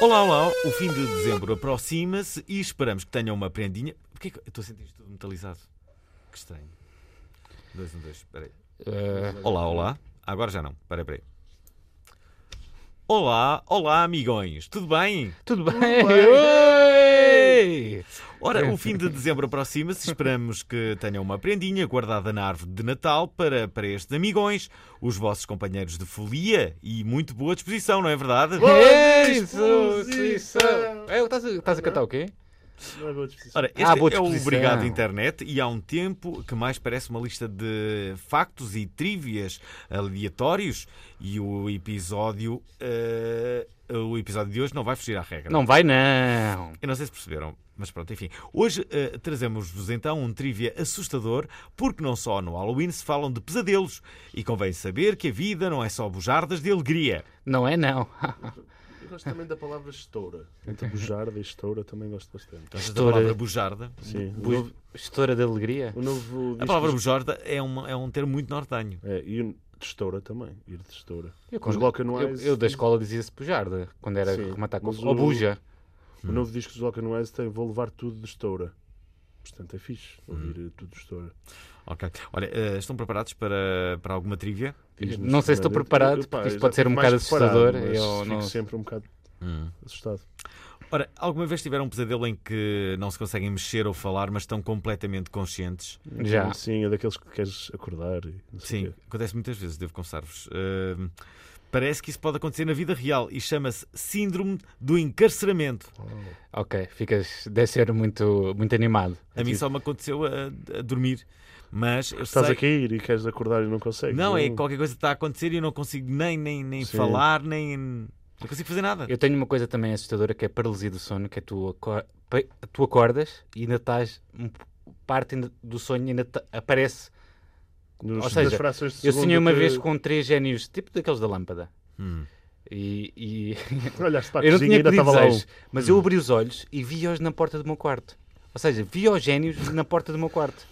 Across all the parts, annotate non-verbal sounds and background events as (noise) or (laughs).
Olá, olá, o fim de dezembro aproxima-se e esperamos que tenham uma prendinha. Porquê que eu estou a sentir isto tudo metalizado? Que estranho. Dois, um, dois, peraí. Olá, olá. Agora já não, peraí, peraí. Olá, olá, amigões, tudo bem? Tudo bem? (laughs) Oi! Ora, o fim de dezembro aproxima-se. Esperamos que tenham uma prendinha guardada na árvore de Natal para, para estes amigões, os vossos companheiros de folia e muito boa disposição, não é verdade? É Isso! Isso! É, estás a- Estás a cantar o quê? Não é boa disposição. Ora, este Ah, boa é o disposição. Obrigado Internet e há um tempo que mais parece uma lista de factos e trivias aleatórios e o episódio eh, o episódio de hoje não vai fugir à regra. Não vai, não! Eu não sei se perceberam, mas pronto, enfim. Hoje eh, trazemos-vos então um trivia assustador, porque não só no Halloween se falam de pesadelos e convém saber que a vida não é só bujardas de alegria. Não é, (laughs) não. Eu gosto também da palavra estoura. Entre Então, bujarda e estoura também gosto bastante. Gostas da Doutora- Então, palavra bujarda? Sim, o Bu- novo, Estoura de alegria. o novo disco A palavra bujarda é, uma, é um termo muito nortenho. É, e o de estoura também. Ir de estoura. Eu, Os Locanoais. eu, eu da escola dizia-se pujarda, quando era Sim, rematar com mas ou o- buja. Hum. O novo disco dos Locanoais tem Vou Levar Tudo de estoura. Portanto, é fixe Hum. ouvir eh, tudo de estoura. Ok. Olha, eh, estão preparados para, para alguma trivia? Diz-nos, Não sei se estou Fernando. preparado, Eu- eu, pá, porque isto eu pode já ser fico um mais bocado assustador, preparado, mas eu fico não- sempre um bocado assustado. Ora, alguma vez tiveram um pesadelo em que não se conseguem mexer ou falar, mas estão completamente conscientes? Já. Sim, é daqueles que queres acordar. E não sei Sim, o quê. acontece muitas vezes, devo confessar-vos. Ahm, parece que isso pode acontecer na vida real e chama-se Síndrome do Encarceramento. Ok, ficas, deve ser muito, muito animado. Tipo, A mim só me aconteceu a, a dormir, mas eu Estás sei... a cair e queres acordar e não consegues. Não, é Hum. qualquer coisa que está a acontecer e eu não consigo nem, nem, nem Sim. falar, nem... Não consigo fazer nada. Eu tenho uma coisa também assustadora que é a paralisia do sono, que é tu, acor- pe- tu acordas e ainda estás um p- parte ainda do sonho ainda ta- aparece. Nos, Ou seja, nas frações de Eu segundo sonhei uma que- vez com três génios, tipo daqueles da lâmpada. Hum. E, e- (laughs) Olhaste para (laughs) a eu não tinha cozinha e pedido ainda estava lá um. desejos, mas eu abri os olhos e vi-os na porta do meu quarto. Ou seja, vi os génios na porta do meu quarto.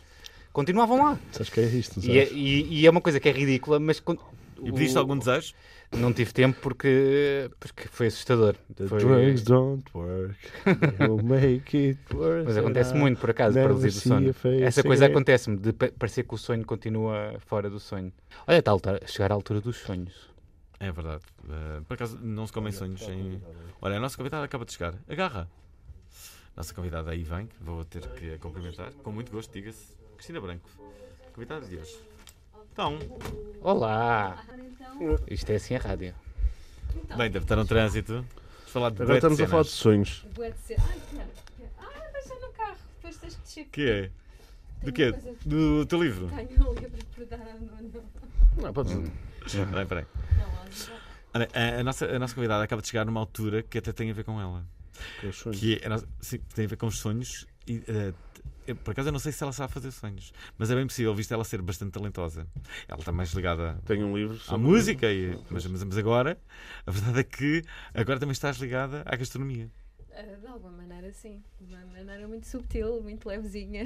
Continuavam lá. Sabes que é isto, não E é, sabes? e- e é uma coisa que é ridícula, mas con- E pediste o- algum desejo? não tive tempo porque, porque foi assustador. The Foi- drugs don't work. They'll (laughs) make it worse. Mas acontece muito, por acaso, Never paralisia do see sono. a face Essa coisa again. acontece-me, de pa- parecer que o sonho continua fora do sonho. Olha, está a altura- chegar à altura dos sonhos. É verdade. Eh, por acaso não se comem sonhos em. Olha, a nossa convidada acaba de chegar. Agarra! Nossa convidada aí vem, vou ter que a cumprimentar. Com muito gosto, diga-se. Cristina Branco, convidada de hoje. Então, Olá! Então, Isto é assim a rádio. bem, deve estar no trânsito. Vamos falar de Agora bué de estamos a falar de cenas. sonhos. bué de ser. Ai, que não. Ah, mas é no carro. Depois tens que descer. Que é? Do Tenho quê? uma coisa- Do teu livro? Tenho um livro para dar ao Nuno. Não, pode dizer. Tá. Peraí, peraí. Não, olha. Olha, a, a nossa, a nossa convidada acaba de chegar numa altura que até tem a ver com ela. que é os sonhos. Que é a nossa- sim, tem a ver com os sonhos. E, eh, t- eu, por acaso eu não sei se ela sabe fazer sonhos, mas é bem possível, visto ela ser bastante talentosa. Ela está mais ligada Tenho um livro. à sobre- música, e, mas, mas- mas agora a verdade é que agora também estás ligada à gastronomia. Ah, De alguma maneira, sim. De uma maneira muito subtil, muito levezinha.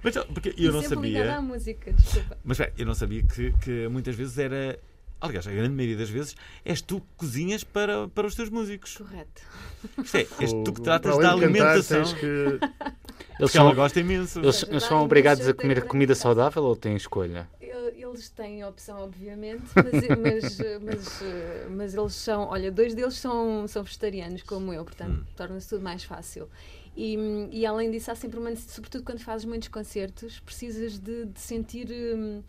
Mas, ó, porque eu e não sempre ligada à sabia. música, desculpa. Mas espera, eu não sabia que, que muitas vezes era. Aliás, a grande maioria das vezes és tu que cozinhas para, para os teus músicos. Correto. Isto é, és tu que Fogo. tratas Para da além de cantar, alimentação. tens (laughs) que- Eles Porque ela são, gosta imenso. eles, eles são obrigados a comer comida saudável ou têm escolha? Eu- Eles têm opção, obviamente, mas, mas, eh, mas, eh, mas eles são, olha, dois deles são, são vegetarianos, como eu, portanto, torna-se tudo mais fácil. E, hum, e além disso, há sempre uma necess- sobretudo quando fazes muitos concertos, precisas de, de sentir. hum,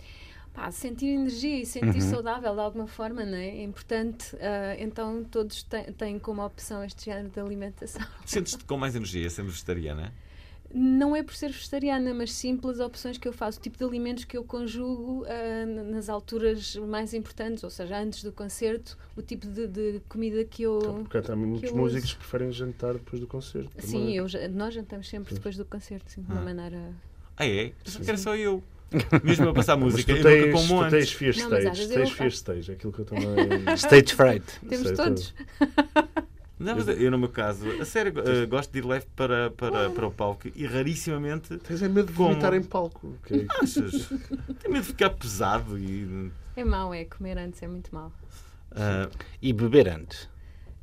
pá, sentir energia e sentir saudável de alguma forma, não é? É importante. ah, então, todos têm, têm como opção este género de alimentação. Sentes-te com mais energia sendo vegetariana? Não é por ser vegetariana, mas sim pelas opções que eu faço, o tipo de alimentos que eu conjugo ah, n- nas alturas mais importantes, ou seja, antes do concerto, o tipo de, de comida que eu. Então, Porque há muitos eu músicos uso. que preferem jantar depois do concerto. Sim, eu, ja- nós jantamos sempre depois do concerto, sim, de uma Ah. maneira. Ah, é? Pensava que era só eu. Mesmo a (laughs) passar Mas música, tu eu tens, nunca como tu tens antes. fear Não, mas às stage, vezes tens eu- fear stage, é aquilo que eu também... (laughs) Stage fright. Temos Sei todos. Não, mas eu, no meu caso, a sério, eh, gosto de ir leve para, Ah. para, para o palco e rarissimamente Tens é medo de Como? vomitar em palco. (laughs) que é- (laughs) achas. Tenho medo de ficar pesado e. É mau, é comer antes, é muito mau. ah, E beber antes.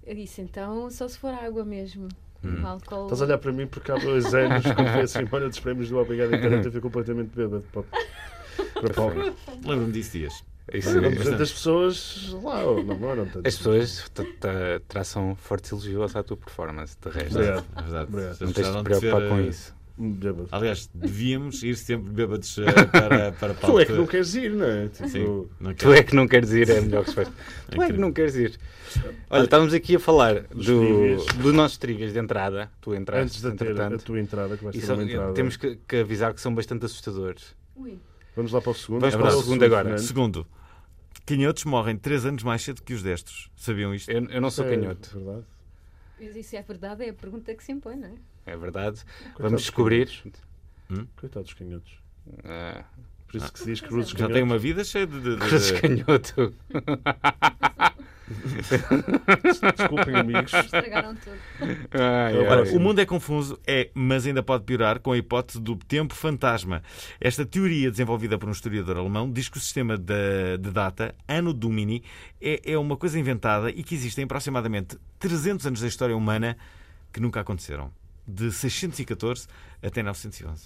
Eu disse, então, só se for água mesmo. O álcool. Hum. Estás a olhar para mim porque há dois anos, quando foi a cerimónia dos prémios do Obrigado Internet, eu fui completamente bêbado (laughs) para, para palco. Lembro-me disso dias. Isso é Eram bastante. 200 pessoas lá, ou não, não eram tantas. As pessoas t- t- traçam fortes elogios à tua performance, de resto. Obrigado. É verdade. Obrigado. Vocês Não tens de precisaram te ser, preocupar com eh, isso. Bêbado. Ah, Aliás, devíamos ir sempre bêbados (laughs) eh, para, para palco. Tu é que não queres ir, não é? Tipo, Sim, não Tu quero. é que não queres ir, é a melhor (laughs) resposta. Tu é que incrível. não queres ir. Olha, estávamos aqui a falar do, trivias. dos nossos trigas de entrada. Tu entraste, antes de ter a entretanto. tua entrada, que vai E ser são- uma entrada. temos que, que avisar que são bastante assustadores. Ui. Vamos lá para o segundo. Vamos para o Qual é segundo segundo, agora. Fernando? Segundo, canhotos morrem 3 anos mais cedo que os destros. Sabiam isto? Eu, eu não sou É canhoto, verdade. Mas isso é verdade, é a pergunta que se impõe, não é? é verdade. dos Vamos descobrir. Coitado dos canhotos. Ah, Por isso que se diz cruzes Já canhotos. tem uma vida cheia de. de- de- cruzes canhoto. Desculpem, amigos. Estragaram tudo. (laughs) Ai, Eu ai. Ora, Sim. o mundo é confuso, é, mas ainda pode piorar com a hipótese do tempo fantasma. Esta teoria, desenvolvida por um historiador alemão, diz que o sistema de, de data, Anno Domini, é, é uma coisa inventada e que existem aproximadamente 300 anos da história humana que nunca aconteceram. De 614 até 911.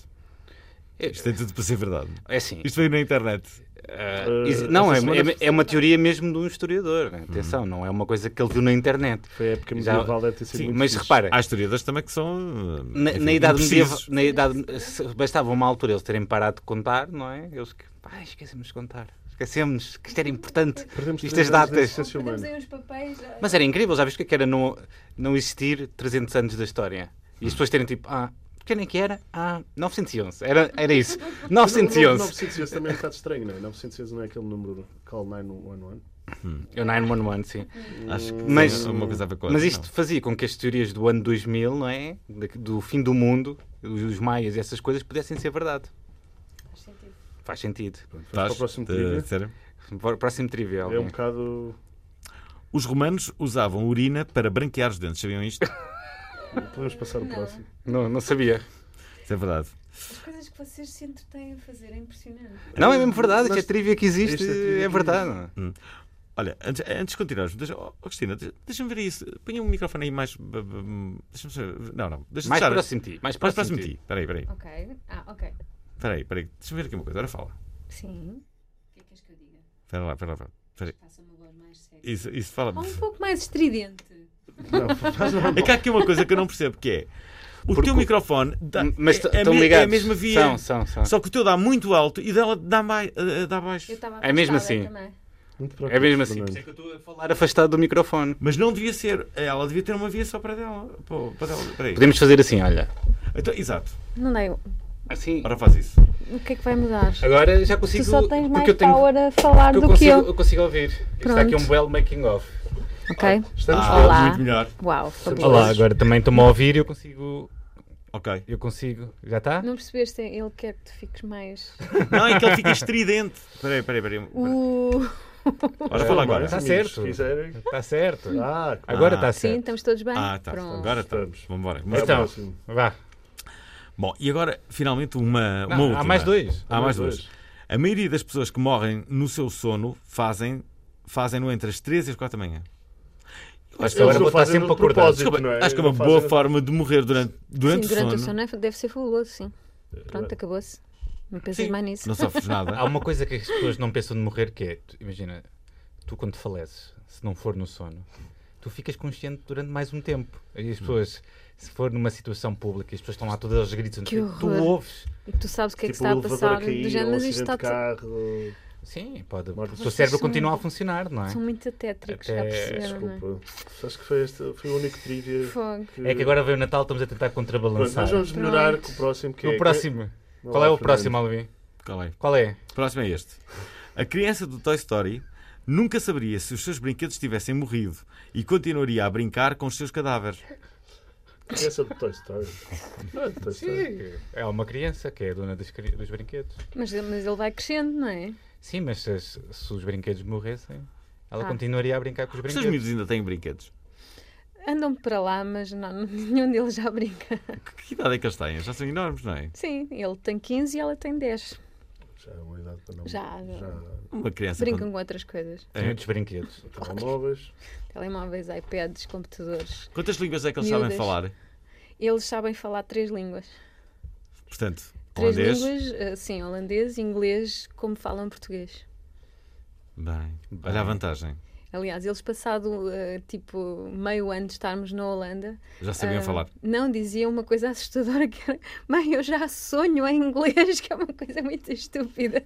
É- Isto tem tudo para ser verdade. É assim. Isto veio na internet. ah, Eh, isso- não, é, essa semana- Uhum. é- é uma teoria mesmo de um historiador. né? Atenção, não é uma coisa que ele viu na internet. Foi a época (laughs) Já- medieval, deve ter sido Sim, muito mas fixe. é repara, Há historiadores também que são. na, enfim, na idade medieval, imprecisos. na idade, se bastava uma altura eles terem parado de contar, não é? Eles que, pá, esquecemos de contar, esquecemos que isto era importante. Perdemos Isto três as anos de datas. existência Temos humana. aí uns papéis. já- Mas era incrível, já viste o que é que era não, não existir 300 anos da história? E as pessoas terem tipo, ah, quem é que era? Ah, 911, era, era (laughs) isso, O 911. 911 também é um bocado estranho, não é? 911 não é aquele número Call 911. É o 911, sim. é Acho que Hum, Mas- tem uma coisa a ver com a Mas outra, isto fazia com que as teorias do ano 2000, não é? Da- Do fim do mundo, os maias e essas coisas pudessem ser verdade. Faz sentido. Faz sentido. Pronto, vamos não. para o próximo Estás- trivia. eh, sério? Pró- Próximo trivial. É um bocado. Os romanos usavam urina para branquear os dentes, sabiam (laughs) isto? Podemos passar o Não. próximo. Não, não sabia. Isso é verdade. As coisas que vocês se entretêm a fazer é impressionante. Não, é mesmo verdade, isto é Mas- trivia que existe, isto é trivia é que verdade. Olha, antes, antes de continuarmos, deixa, oh, oh, Cristina, de- deixa-me ver isso. Põe o microfone aí mais. b- b- Deixa-me saber. Não, não. Deixa Mais deixar- próximo de ti. Mais mais próximo próximo de de ti. ti. Espera aí, espera aí. Ok. Ah, ok. Espera aí, espera aí. Deixa-me ver aqui uma coisa. Agora fala. Sim. O que é que queres que eu diga? Espera lá, espera lá. espera lá. Faça uma voz mais sexy. Isso, isso fala. Ou um pouco mais estridente. Não, faz uma- É que há aqui uma coisa que eu não percebo, que é. O Porque teu o- microfone dá, Mas é, é, estão me- ligados. é a mesma via. São, são, são. Só que o teu dá muito alto e dela dá, mai, eh, dá baixo. Eu estava É mesmo afastada assim. também. Não te preocupes, É mesmo assim. Por isso é Fernando. que eu estou a falar afastado do microfone. Mas não devia ser. Ela devia ter uma via só para dela. Pô, Para dela. Espera aí. Podemos fazer assim, olha. Então, exato. Não dei. Assim. Ora faz isso. O que é que vai mudar? Agora já Tu consigo. só tens porque mais eu tenho. power a falar porque eu do que consigo, eu. eu consigo ouvir. Está aqui um Pronto. belo making of. Ok. Estamos Ah. Olá. Muito melhor. Uau, fabuloso. Olá, agora também estou-me a ouvir e eu consigo. Ok. Eu consigo. Já está? Não percebeste? Ele quer que tu fiques mais. Não, é que ele fica estridente. Peraí, peraí, peraí. Uh, Ora, fala agora. Está Amigos, certo. Se quiserem. Está Tá certo. Ah, claro. Agora Ah. está sim, certo. estamos todos bem? Ah, tá. Pronto. Agora estamos. Estamos. Vamos embora. Vamos Bora Então. embora. ao próximo. Vá. Bom, e agora, finalmente, uma, uma Não, há última. mais dois. Há mais dois. A maioria das pessoas que morrem no seu sono fazem, fazem-no entre as 3 e as 4 da manhã. Eu acho que, então Agora Eles é vou uma, o estar fazem sempre de acordado. propósito, desculpa, não é? acho que é uma Não boa fazem- forma de morrer durante, Sim, durante, durante o sono. é- deve ser fabuloso, sim. Pronto, acabou-se. Não pensas Sim, é mais nisso. não sofres nada. Há uma coisa que as pessoas não pensam de morrer que é, tu- imagina, tu quando faleces, se não for no sono, tu ficas consciente durante mais um tempo. E as pessoas, se for numa situação pública e as pessoas estão lá todas aos gritos, não sei o quê, tu horror. ouves. E tu sabes o que é que Tipo, está o a elevador passar. a cair, do género, ou um mas isto acidente está de carro. Sim, pode. Morte. O seu cérebro Vocês são- continua a funcionar, não é? São muito tétricos, já Até- perceberam, não é? Desculpa. Acho que foi este foi o único trivia Fogo. que... É que agora veio o Natal, estamos a tentar Pronto, contrabalançar. nós vamos melhorar com o próximo que é... O próximo. Qual é o próximo, Alvin? Calma aí. Qual é? Próximo é este. A criança do Toy Story nunca saberia se os seus brinquedos tivessem morrido e continuaria a brincar com os seus cadáveres. Essa é do Toy Story. Não é do Toy Story. É uma criança que é a dona dos, cri- dos brinquedos. Mas, mas ele vai crescendo, não é? Sim, mas se, as- se os brinquedos morressem, ela Ah. continuaria a brincar com os Os seus brinquedos. miúdos ainda têm brinquedos. Andam para lá, mas não, (laughs) nenhum deles já brinca. Que idade é que eles têm? Já são enormes, não é? Sim, ele tem 15 e ela tem 10. Já é uma idade para não... Já, já. Uma criança Brincam com outras coisas. Tem muitos brinquedos. Telemóveis. Telemóveis, iPads, computadores. Quantas línguas é que eles sabem Miúdas. falar? Eles sabem falar três línguas. Portanto, Três holandês. línguas, eh, sim, holandês, inglês, como falam português. Bem, olha a vantagem. Aliás, eles passado eh, tipo meio ano de estarmos na Holanda, Já sabiam ah, falar. não diziam uma coisa assustadora que era mãe, eu já sonho em inglês, (laughs) que é uma coisa muito estúpida.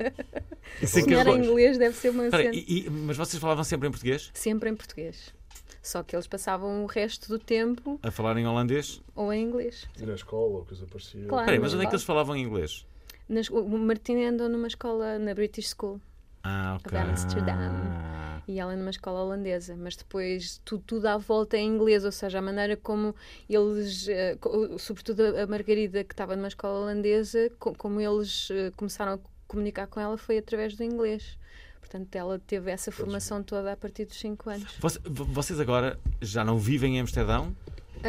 Isso é que Sonhar eu- em inglês deve ser uma Espera, cena. e- e- mas vocês falavam sempre em português? Sempre em português. Só que eles passavam o resto do tempo A falar em holandês? ou em inglês. Ir à escola ou coisa parecida. Claro. Espera aí, mas onde é claro. que eles falavam em inglês? Nas- o Martim andou numa escola na British School Ah, of ok. Amsterdam. Ah, E ela numa escola holandesa, mas depois tudo, tudo à volta é em inglês, ou seja, a maneira como eles, eh, co- sobretudo a- a Margarida, que estava numa escola holandesa, co- como eles eh, começaram a comunicar com ela foi através do inglês. Portanto, ela teve essa formação toda a partir dos 5 anos. Voc- vo- Vocês agora já não vivem em Amsterdão?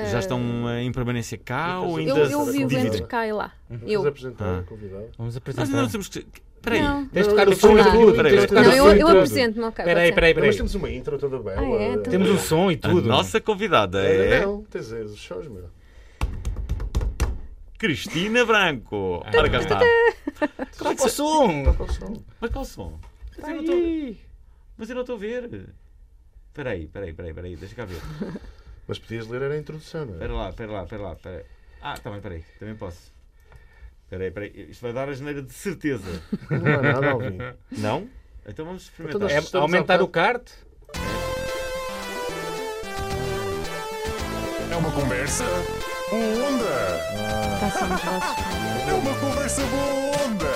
Já estão eh, em permanência cá Eu ou ainda Eu, eu se vivo convidam. entre cá e lá. Vamos Eu. apresentar Ah. o convidado. Nós Vamos ainda apresentar. não temos que. Espera aí. Não, Tens de Não, tocar eu no sou som um e tudo. tudo, Espera peraí. aí. não eu, eu Entrando. apresento-me, ok. Espera aí, pode espera ser. aí, espera Mas aí. temos uma intro toda bela. Ah, é? Então- Temos um som e A tudo. nossa convidada É, é não, tens aí os shows, meu. Cristina Branco. Ah. Ora cá está. Qual é o som? Qual som? Mas qual som? Mas eu não estou- Mas eu não estou a ver. Espera aí, espera aí, espera aí, espera aí, deixa cá ver. Mas podias ler era a introdução, não é? Espera lá, espera lá, espera lá. Espera. aí. Ah, também, espera aí, também posso. Espera aí, espera aí. Isto vai dar a geneira de (laughs) certeza. Não há nada, Alvin. Não? Então vamos experimentar. Então nós- É aumentar o kart? É uma conversa boa onda. Tá, É uma conversa boa onda.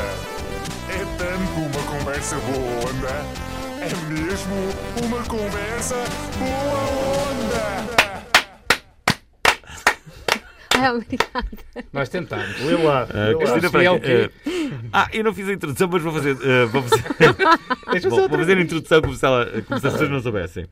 É tanto uma conversa boa onda. É mesmo uma conversa boa onda. Ah, (laughs) obrigada. Nós (laughs) tentámos. Lê lá. lê lá. Cristina Isto é Branco. o quê? eh, ah, eu não fiz a introdução, mas vou fazer. eh, vou fazer... Deixa Bom, vou fazer a introdução como se, ela, como se as pessoas não soubessem.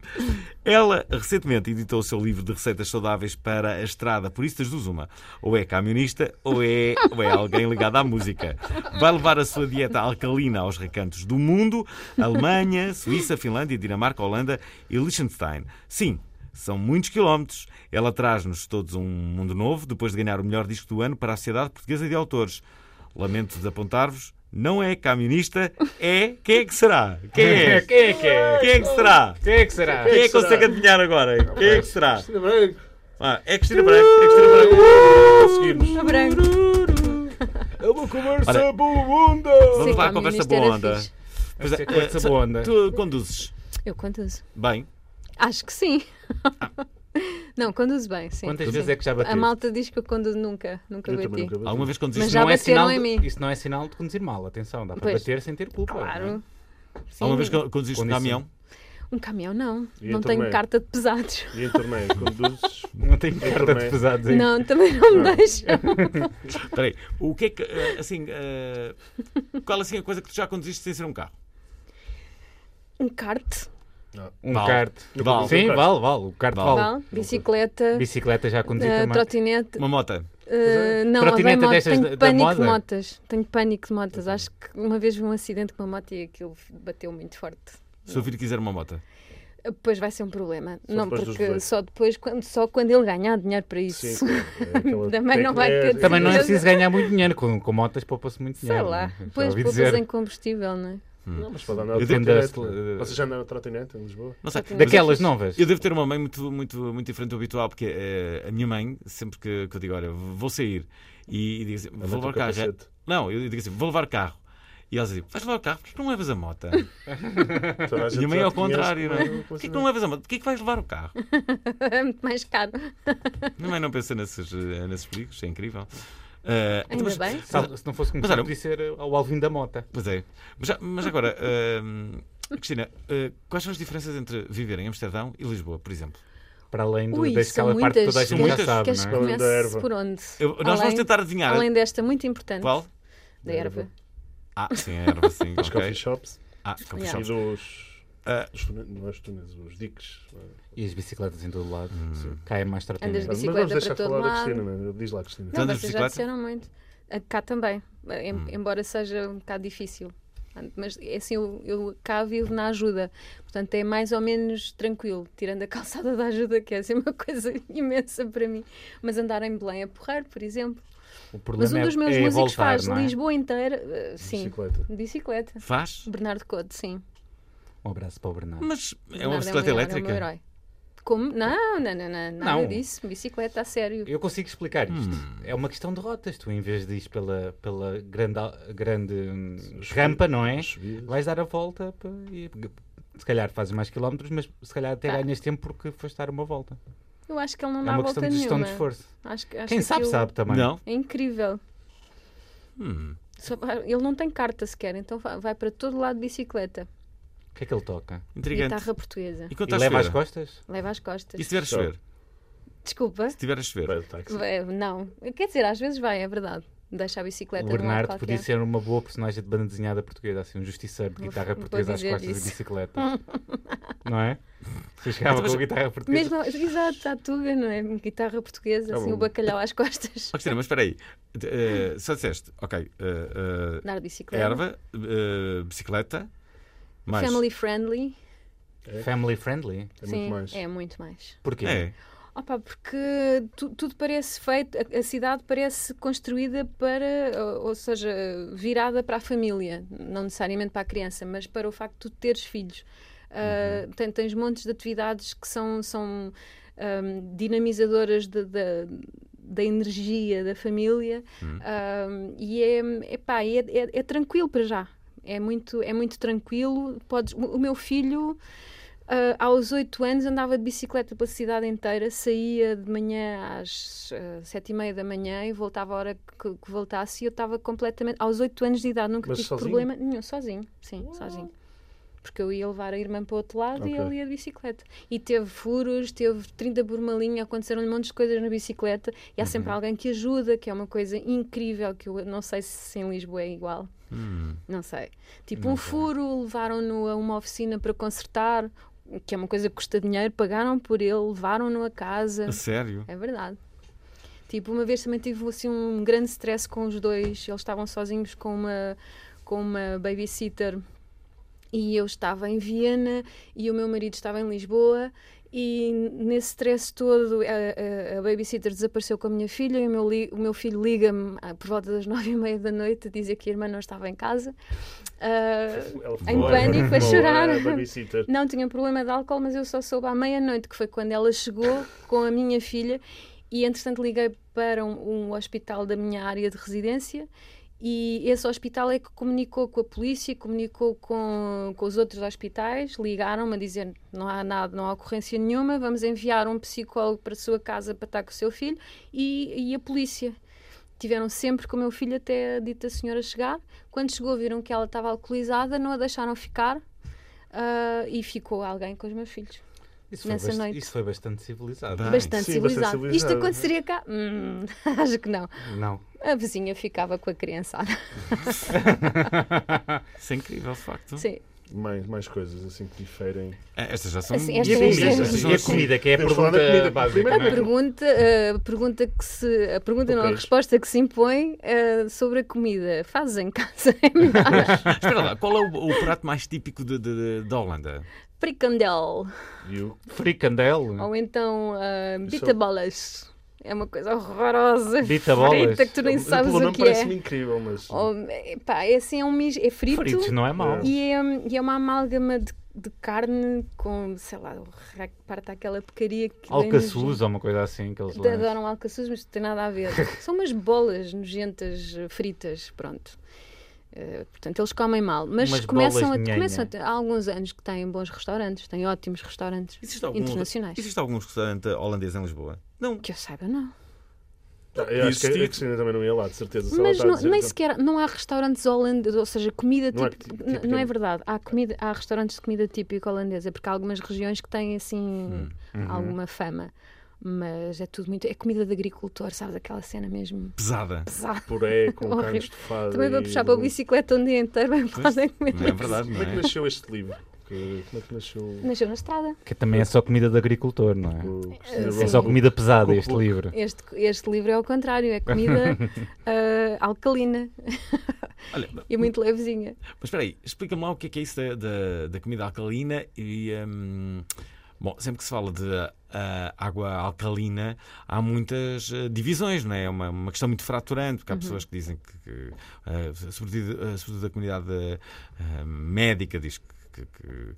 Ela recentemente editou o seu livro de receitas saudáveis para a estrada, por isso das duas uma. Ou é camionista ou é, ou é alguém ligado à música. Vai levar a sua dieta alcalina aos recantos do mundo, Alemanha, Suíça, Finlândia, Dinamarca, Holanda e Liechtenstein. Sim, são muitos quilómetros. Ela traz-nos todos um mundo novo, depois de ganhar o melhor disco do ano para a Sociedade Portuguesa de Autores. Lamento desapontar-vos, não é camionista, é... Quem é que será? Quem é? Quem é que é? Quem é que será? Quem é que será? Quem é que será? consegue adivinhar agora? Quem é que será? Cristina Branco. Ah, é Cristina Branco, é Cristina Branco. Uh, Conseguimos. A branco. É uma conversa Olha. boa onda! Vamos Sim, lá, pá, conversa ministério boa é onda. fixe. Pois Essa conversa eh, boa só- onda. Tu conduzes Eu conduzo. bem. Acho que sim. (laughs) Não, conduzo bem, sim. Quantas Sim. vezes é que já bateu? A malta diz que eu conduzo nunca, nunca Eu também bati. nunca Alguma vez conduziste? Mas já é bateram sinal em de- mim. Isso não é sinal de conduzir mal, atenção, dá para Pois. bater sem ter culpa. não Claro. Sim. Alguma vez co- conduziste um Condição. caminhão? Um caminhão não. E eu não tenho também. carta de pesados. E em torneio, conduzes. é? Não tenho carta de também. pesados aí. Não, também não me deixam. Espera aí. O que é que, eh, assim, eh, qual assim a coisa que tu já conduziste sem ser um carro? Um kart, Um Vale. kart. Vale. Sim, Nunca. vale, vale. O kart Vale. vale. vale, bicicleta, Bicicleta já conduzi eh, também. trotinete. Uma moto? eh, não, Trotinete bem, moto. destas tenho da- da pânico de moda? Uhum. motas. Tenho pânico de motas. Acho que uma vez vi um acidente com uma moto e aquilo bateu muito forte. Se o filho quiser uma moto. Depois vai ser um problema. não, depois dos porque 18. só depois, quando, só quando ele ganhar dinheiro para isso. Sim, claro. É aquela Também não vai ter- técnica. Também não é Deus. preciso ganhar muito dinheiro, com, com motas poupa-se muito (laughs) Sei dinheiro. lá. né? Já Depois ouvi poupas dizer. em combustível, não é? (laughs) Não, mas pode andar Eu de devo- trotinete. Eh, Vocês já andaram de trotinete em Lisboa? Não sei. Só tinha- Mas- Daquelas novas. Eu devo ter uma mãe muito, muito, muito diferente do habitual, porque eh, a minha mãe, sempre que, que eu digo, olha, vou sair e, e digo assim, vou Mete o levar carro. capacete. Não, eu digo assim, vou levar carro. E eles dizem: vais levar o carro, porquê que não levas a (laughs) moto? Toda a gente E a mãe já ao te conhece contrário, como não é é? uma Porquê coisa que não levas a moto? Porquê que vais levar o carro? É muito mais caro. Minha mãe não pensa nesses, eh, nesses perigos, é incrível. Eh, Ainda mas- bem. Sabe, se não fosse comigo, Mas olha, podia ser eh, ao Alvin da Mota. Pois é. Mas, já- mas agora, hum, Cristina, eh, quais são as diferenças entre viver em Amsterdão e Lisboa, por exemplo? Para além do, Ui, daquela são parte que toda a muitas. gente já Muitas. sabe, Queres não que é? Além da comece erva. por onde? Eu- nós vamos Além- tentar adivinhar. Além desta, muito importante. Qual? Da erva. Ah, sim, a erva, sim. Dos ok. coffee shops Ah, coffee Yeah. e shops. dos. Ah. dos tune- Não é os túneis, os diques. E as bicicletas em todo lado. Hum. Cai mais Andas de tratamento. Mas bicicleta vamos para deixar todo falar a lado. Cristina, né? diz lá, Cristina. Não, Andas de vocês já bicicleta? disseram muito. Ah, Cá também, em- Hum. embora seja um bocado difícil. Mas é assim, eu, eu cá vivo na ajuda. Portanto, é mais ou menos tranquilo, tirando a calçada da ajuda, que é assim uma (laughs) coisa imensa para mim. Mas andar em Belém é porrar, por exemplo. O Mas problema um é- dos meus é músicos voltar, faz não é? Lisboa inteira, ah, sim, Bicicleta. de bicicleta. Faz? Bernardo Couto, sim. Um abraço para o Bernardo. Mas é Bernardo uma bicicleta meu herói, É o meu elétrica? herói. Como? Não, não, não, não, nada Não. disso. Bicicleta, a sério. Eu consigo explicar isto. Hum. É uma questão de rotas. Tu, em vez de ir pela, pela grande, al- grande hum, rampa, não é? Subidas. Vais dar a volta pa- e se calhar fazes mais quilómetros, mas se calhar até Tá. ganhas tempo porque foste dar uma volta. Eu acho que ele não é dá uma volta questão de gestão nenhuma. de esforço. Acho que- acho Quem que sabe, aquilo sabe também. Não? É incrível. Hum. Só pa- ele não tem carta sequer, então va- vai para todo lado de bicicleta. O que é que ele toca? Intrigante. Guitarra portuesa. E quando E está tá a leva às chover? costas? Leva às costas. E se tiver a chover? Se Desculpa. tiver a chover? Vai de táxi. É, Não. Quer dizer, às vezes vai, é verdade. Deixa a O bicicleta num um lado Bernardo podia qualquer. ser uma boa personagem de banda desenhada portuguesa, assim, um justiceiro de Vou- guitarra vou portuguesa às dizer costas isso. e bicicleta. (laughs) não é? Se chegava Mas- com a guitarra portuguesa. Mesmo, assim, exato, a tuga, não é? Guitarra portuguesa, Tá assim, bom. o bacalhau às costas. Oh, Cristina, mas espera aí. De- eh, só disseste, ok, eh, eh, Andar de bicicleta. erva, eh, bicicleta, mais. Family friendly. Family friendly? É Sim, muito mais. é muito mais. Porquê? É. Opa, porque tu- tudo parece feito, a, a cidade parece construída para, ou, ou seja, virada para a família, não necessariamente para a criança, mas para o facto de tu teres filhos. Ah, Uhum. tem- tens montes de atividades que são, são ahm, dinamizadoras de- da- da energia da família Uhum. Ahm, e é, epá, é, é, é tranquilo para já. É muito, é muito tranquilo. Podes, o- o meu filho ah, aos 8 anos andava de bicicleta pela cidade inteira, saía de manhã às ah, sete e meia da manhã e voltava a hora que, que voltasse e eu estava completamente. Aos 8 anos de idade nunca Mas tive sozinho? problema nenhum, sozinho, sim, sozinho. Porque eu ia levar a irmã para o outro lado e Ok. ele ia de bicicleta. E teve furos, teve 30 burmalinha, aconteceram-lhe montes de coisas na bicicleta e há sempre alguém que ajuda, que é uma coisa incrível que eu não sei se em Lisboa é igual. Hum. Não sei. Tipo, Não um sei. furo, levaram-no a uma oficina para consertar, que é uma coisa que custa dinheiro, pagaram por ele, levaram-no a casa. A sério? É verdade. Tipo, uma vez também tive assim um grande stress com os dois, eles estavam sozinhos com uma, com uma babysitter e eu estava em Viena e o meu marido estava em Lisboa e nesse stress todo a, a, a babysitter desapareceu com a minha filha e o meu, li- o meu filho liga-me ah, por volta das (laughs) nove e meia da noite a dizer que a irmã não estava em casa. Ah, Ela Em foi- pânico, a foi chorar. a babysitter. não tinha um problema de álcool, mas eu só soube à meia-noite, que foi quando ela chegou com a minha filha. E entretanto liguei para um, um hospital da minha área de residência. E esse hospital é que comunicou com a polícia, comunicou com, com os outros hospitais, ligaram-me a dizer não há nada, não há ocorrência nenhuma, vamos enviar um psicólogo para a sua casa para estar com o seu filho e, e a polícia. Tiveram sempre com o meu filho até a dita senhora chegar. Quando chegou, viram que ela estava alcoolizada, não a deixaram ficar ah, e ficou alguém com os meus filhos. Isso foi, Nessa bast- noite. isso foi bastante civilizado. Bem. Bastante Ah, Sim, bastante civilizado. Isto civilizado. né? aconteceria cá? Hum, (laughs) acho que não. Não. A vizinha ficava com a criançada. Isso é incrível, de Hum? facto. Sim. Mais, mais coisas assim que diferem. Eh, Estas já são. Assim, E esta a é- comida? esta Estas E já a são- comida, que é a Temos falado pergunta da comida. básica. Primeiro não A é? pergunta, a pergunta que se. A pergunta não, a Ok. resposta que se impõe ah, sobre a comida. Fazes em casa, (laughs) é melhor. Espera lá, qual é o, o prato mais típico de- de- de- da Holanda? Fricandel. E o Fricandel? Ou então ah, Hum. Isso- bitabolas. É uma coisa horrorosa. Bitabolas? Frita que tu nem Pelo sabes o nome que é. Oh. parece-me incrível, mas. Ou, pá, é assim, é um mijo. É frito. Fritos não é mau. E é, e é uma amálgama de, de carne com, sei lá, o ra- parte daquela porcaria que. Alcaçuz ou uma coisa assim que eles Te lançam. adoram alcaçuz, mas não tem nada a ver. São umas bolas nojentas eh, fritas, pronto. Eh, portanto, eles comem mal, mas Umas começam, bolas a, de nhanha. começam a ter, há alguns anos que têm bons restaurantes, têm ótimos restaurantes Existe algum, internacionais. existe algum restaurante holandês em Lisboa? Não. Que eu saiba, não. Ah, Eu acho que a- Existir. a Cristina também não ia lá, de certeza. se ela Mas está a não- dizer, nem então- sequer não há restaurantes holandeses, ou seja, comida Não é típica. típico, n- típico. Não é verdade. Há, comida, há restaurantes de comida típica holandesa, porque há algumas regiões que têm Hum. assim Uhum. alguma fama. Mas é tudo muito. É comida de agricultor, sabes? Aquela cena mesmo Pesada. pesada. Puré com (laughs) Horrível. carne estufada. Também vou e- puxar para a bicicleta um dia inteiro, vai falar comer. Não é verdade, não Como é que é? nasceu este livro? Que- Como é que nasceu Nasceu na estrada. Que também é só comida de agricultor, não é? o Cristina sim. É Rock? só comida pesada Cucu. este livro. Este, este livro é ao contrário, (laughs) é comida ah, alcalina Olha, e muito levezinha. Mas espera aí, explica-me lá o que é que é isso da, da, da comida alcalina e. hum, bom, sempre que se fala de ah, água alcalina, há muitas ah, divisões, não é? É uma, uma questão muito fraturante, porque há Uhum. pessoas que dizem que, que, ah, sobretudo, ah, sobretudo a comunidade ah, médica, diz que. que- que-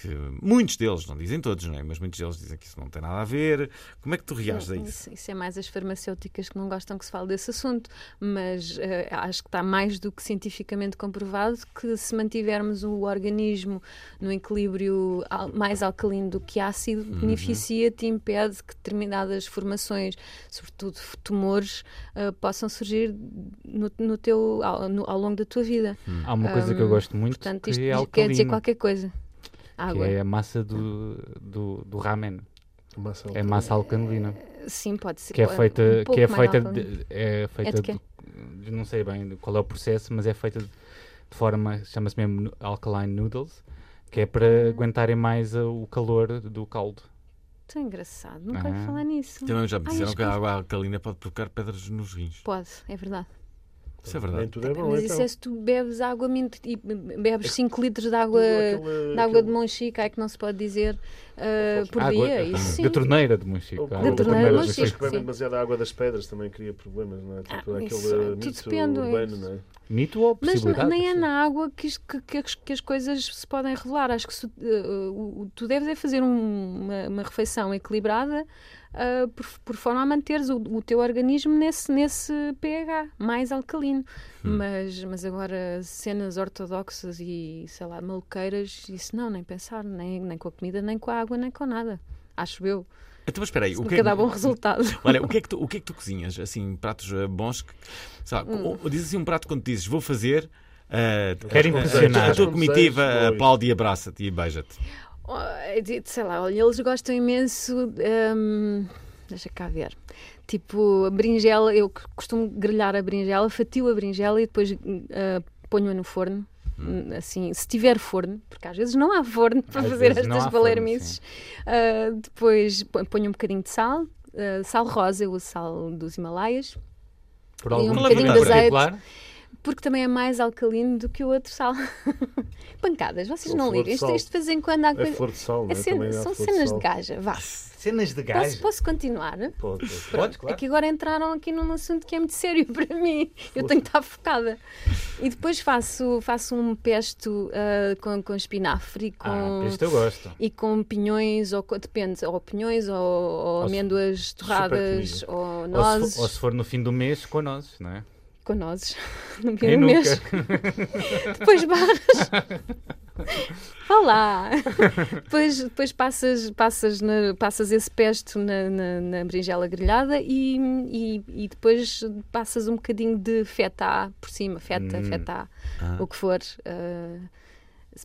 que muitos deles, não dizem todos, não é? Mas muitos deles dizem que isso não tem nada a ver. Como é que tu reages a isso? Isso, isso é mais as farmacêuticas que não gostam que se fale desse assunto, mas eh, acho que está mais do que cientificamente comprovado que se mantivermos o organismo no equilíbrio al- mais alcalino do que ácido, Uhum. beneficia-te e impede que determinadas formações, sobretudo f- tumores, eh, possam surgir no, no teu, ao, no- ao longo da tua vida. Há uma coisa que eu gosto muito Hum, Portanto, que isto é quer alcalina, dizer qualquer coisa. que Água. é a massa do, do, do ramen. Massa É massa alcalina. Sim, pode ser. Que é um feita, pouco que é mais feita, alcalino. de, é feita É de quê? de- eu não sei bem qual é o processo, mas é feita de, de forma, chama-se mesmo nu- alkaline noodles, que é Hum. para aguentarem mais uh, o calor do caldo. Tão engraçado, nunca ouvi Ah. falar nisso. Também já me Ai, disseram acho que a que- água alcalina pode provocar pedras nos rins. Pode, é verdade. Isso é Nem verdade. tudo é bom, então. Mas É isso é se tu bebes água mint- e bebes 5 litros de água, Aquele- de, água de aquele- Monchique, ai que não se pode dizer, ah, por Água- dia. Isso sim. (laughs) Da torneira de Monchique. Ou claro. como Da torneira, as mas pessoas sim, que bebem sim. demasiada água das pedras também cria problemas, não é? Tipo, Ah, aquele isso, eh, tudo mito depende, é urbano, isso. não é? Mito ou Mas n- possibilidade? nem é sim. na água que, isto- que- que as- que as coisas se podem revelar. Acho que se, eh, o- o- tu deves é fazer um- uma, uma refeição equilibrada ah, por, por forma a manteres o, o teu organismo nesse, nesse pH mais alcalino. Hum. Mas, mas agora, cenas ortodoxas e sei lá, maluqueiras, isso não, nem pensar, nem, nem com a comida, nem com a água, nem com nada. Acho eu. Então, mas espera aí, Isso o que nunca é que- dá bom resultado. (laughs) Olha, o que é que tu, o que é que tu cozinhas? Assim, pratos eh, bons que. Sei lá, Hum. ou- ou diz assim um prato quando dizes vou fazer. eh, Quero a- a- impressionar. A tua comitiva Pois. aplaude e abraça-te e beija-te. Oh, é de- Sei lá, olha, eles gostam imenso. hum, deixa cá ver. Tipo, a berinjela, eu c- costumo grelhar a berinjela, fatio a berinjela e depois hum, ah, ponho-a no forno. Hum, Assim, se tiver forno, porque às vezes não há forno para Às fazer vezes não estas há forno, balermices. Ah, depois pon- ponho um bocadinho de sal, ah, sal rosa, eu uso sal dos Himalaias, Por E algum um bocadinho de motivo azeite. particular, porque também é mais alcalino do que o outro sal. (laughs) Pancadas, vocês Ou não flor de ligam. Isto, sal. isto de vez em quando há É coisa. flor de sal, não É é? cena- Também há são flor de cenas sal. de gaja, vá. cenas de Posso, gás. posso continuar? Pode, pode. Pode, claro. É que agora entraram aqui num assunto que é muito sério (laughs) para mim. Eu tenho que estar focada. E depois faço, faço um pesto ah, com, com espinafre e com, Ah, isto eu gosto. e com pinhões, ou co- depende, ou pinhões, ou, ou Ou se- amêndoas torradas, comida. ou Ou se, nozes. for, ou se for no fim do mês, com nozes, não é? Com nozes. (laughs) No Quem primeiro mês. Depois barras. Vá lá! Depois, depois passas, passas, na- passas esse pesto na, na, na berinjela grelhada e, e, e depois passas um bocadinho de feta por cima, feta, feta, o que for. eh,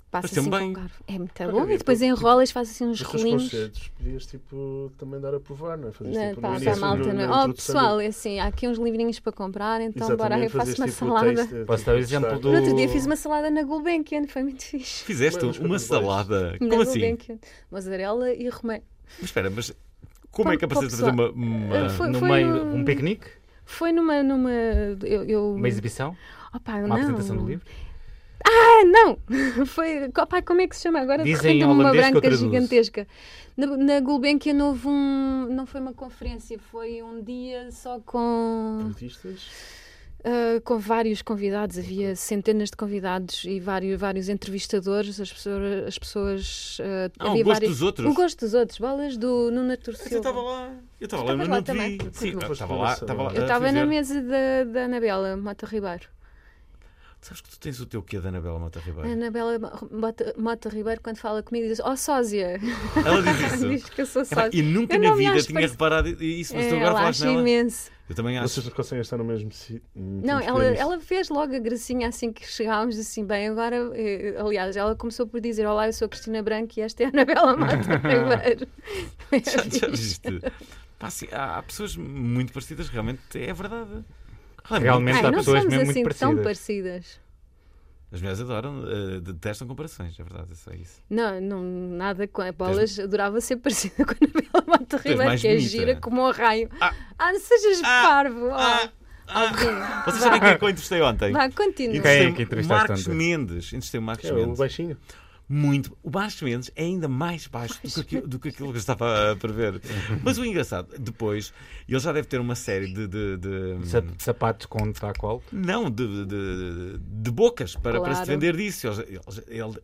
passa Pareceu-me assim com bem. um garfo. É muito Olha, bom. Rita, E depois tu- enrolas, fazes assim uns Os teus rolinhos. concertos podias tipo, também dar a provar, não é? Fazias, Não, tipo, pá, no para a início, malta, no- não é? na Oh, introdução pessoal, do- é assim, há aqui uns livrinhos para comprar, então bora Exatamente, aí, eu faço fazias, uma tipo, o salada. taste, eh, Posso tipo, dar o exemplo testar. do- No outro dia fiz uma salada na Gulbenkian, foi muito fixe. Fizeste Mas uma como salada. Na Como assim? Gulbenkian, um mozzarella e romã. Mas espera, mas como é que Para- para o apareceste a fazer uma. pessoal. uma- Eh, foi- (laughs) no foi meio, num- um piquenique, Foi numa. numa eu, eu... uma exibição, Opa, uma não. apresentação do livro. Ah, não! (laughs) Foi. Opa, como é que se chama? Agora de Dizem repente em uma holandês que eu branca traduzo. gigantesca. Na, na Gulbenkian houve um. Não foi uma conferência, foi um dia só com. Artistas? Uh, com vários convidados, havia centenas de convidados e vários, vários entrevistadores. As pessoas. As pessoas uh, Ah, o havia gosto vários- dos outros. O gosto dos outros, bolas do Nuno Artur Mas Eu estava Silva. lá. Eu estava lá, mas estavas não lá te também? vi. Porquê Sim, que não eu foste estava para lá. essa- Estava lá. Eu a estava na fazer. mesa da, da Anabela Mata Ribeiro. Sabes que tu tens o teu quê da Anabela Mota A Ribeiro? Anabela Mota, Mota Ribeiro, quando fala comigo, diz: Oh, sósia! Ela diz isso. (laughs) diz que eu sou Epá, sósia. e nunca Eu na não me vida acho tinha parec- reparado isso, mas tu É, agora ela falas acha nela. imenso. Eu também acho. Vocês não conseguem estar no mesmo sítio. Hum, Não, temos que ela, ver isso. ela fez logo a gracinha assim que chegámos, assim, bem, agora, eh, aliás, ela começou por dizer: Olá, eu sou a Cristina Branco e esta é a Anabela Mota Ribeiro. (laughs) Já, já viste? Pá, assim, há, há pessoas muito parecidas, realmente é verdade. Realmente Ai, há não pessoas somos mesmo assim muito tão parecidas. parecidas. As mulheres adoram, eh, detestam comparações, é verdade, é só isso. Não, não, nada com a bolas. Adorava ser parecida (laughs) com a Anabela Mota Ribeiro, mais que é bonita. gira como um raio. Ah. Ah, não sejas Ah. parvo! Ah. Ah, Alguém. Vocês sabem quem é que eu entrevistei ontem? Vá, continua. Quem é Entrevistei que entrevistaste Marcos ontem? Mendes. Entrevistei o Marcos É, o Mendes. baixinho. Muito. O Marcos Mendes é ainda mais baixo do que, aquilo, do que aquilo que eu estava a prever. Mas o engraçado, depois, ele já deve ter uma série de. de- de- Sa- Sapatos com um taco alto. não, de, de- de bocas para, para se Claro. defender disso. Ele- ele- ele-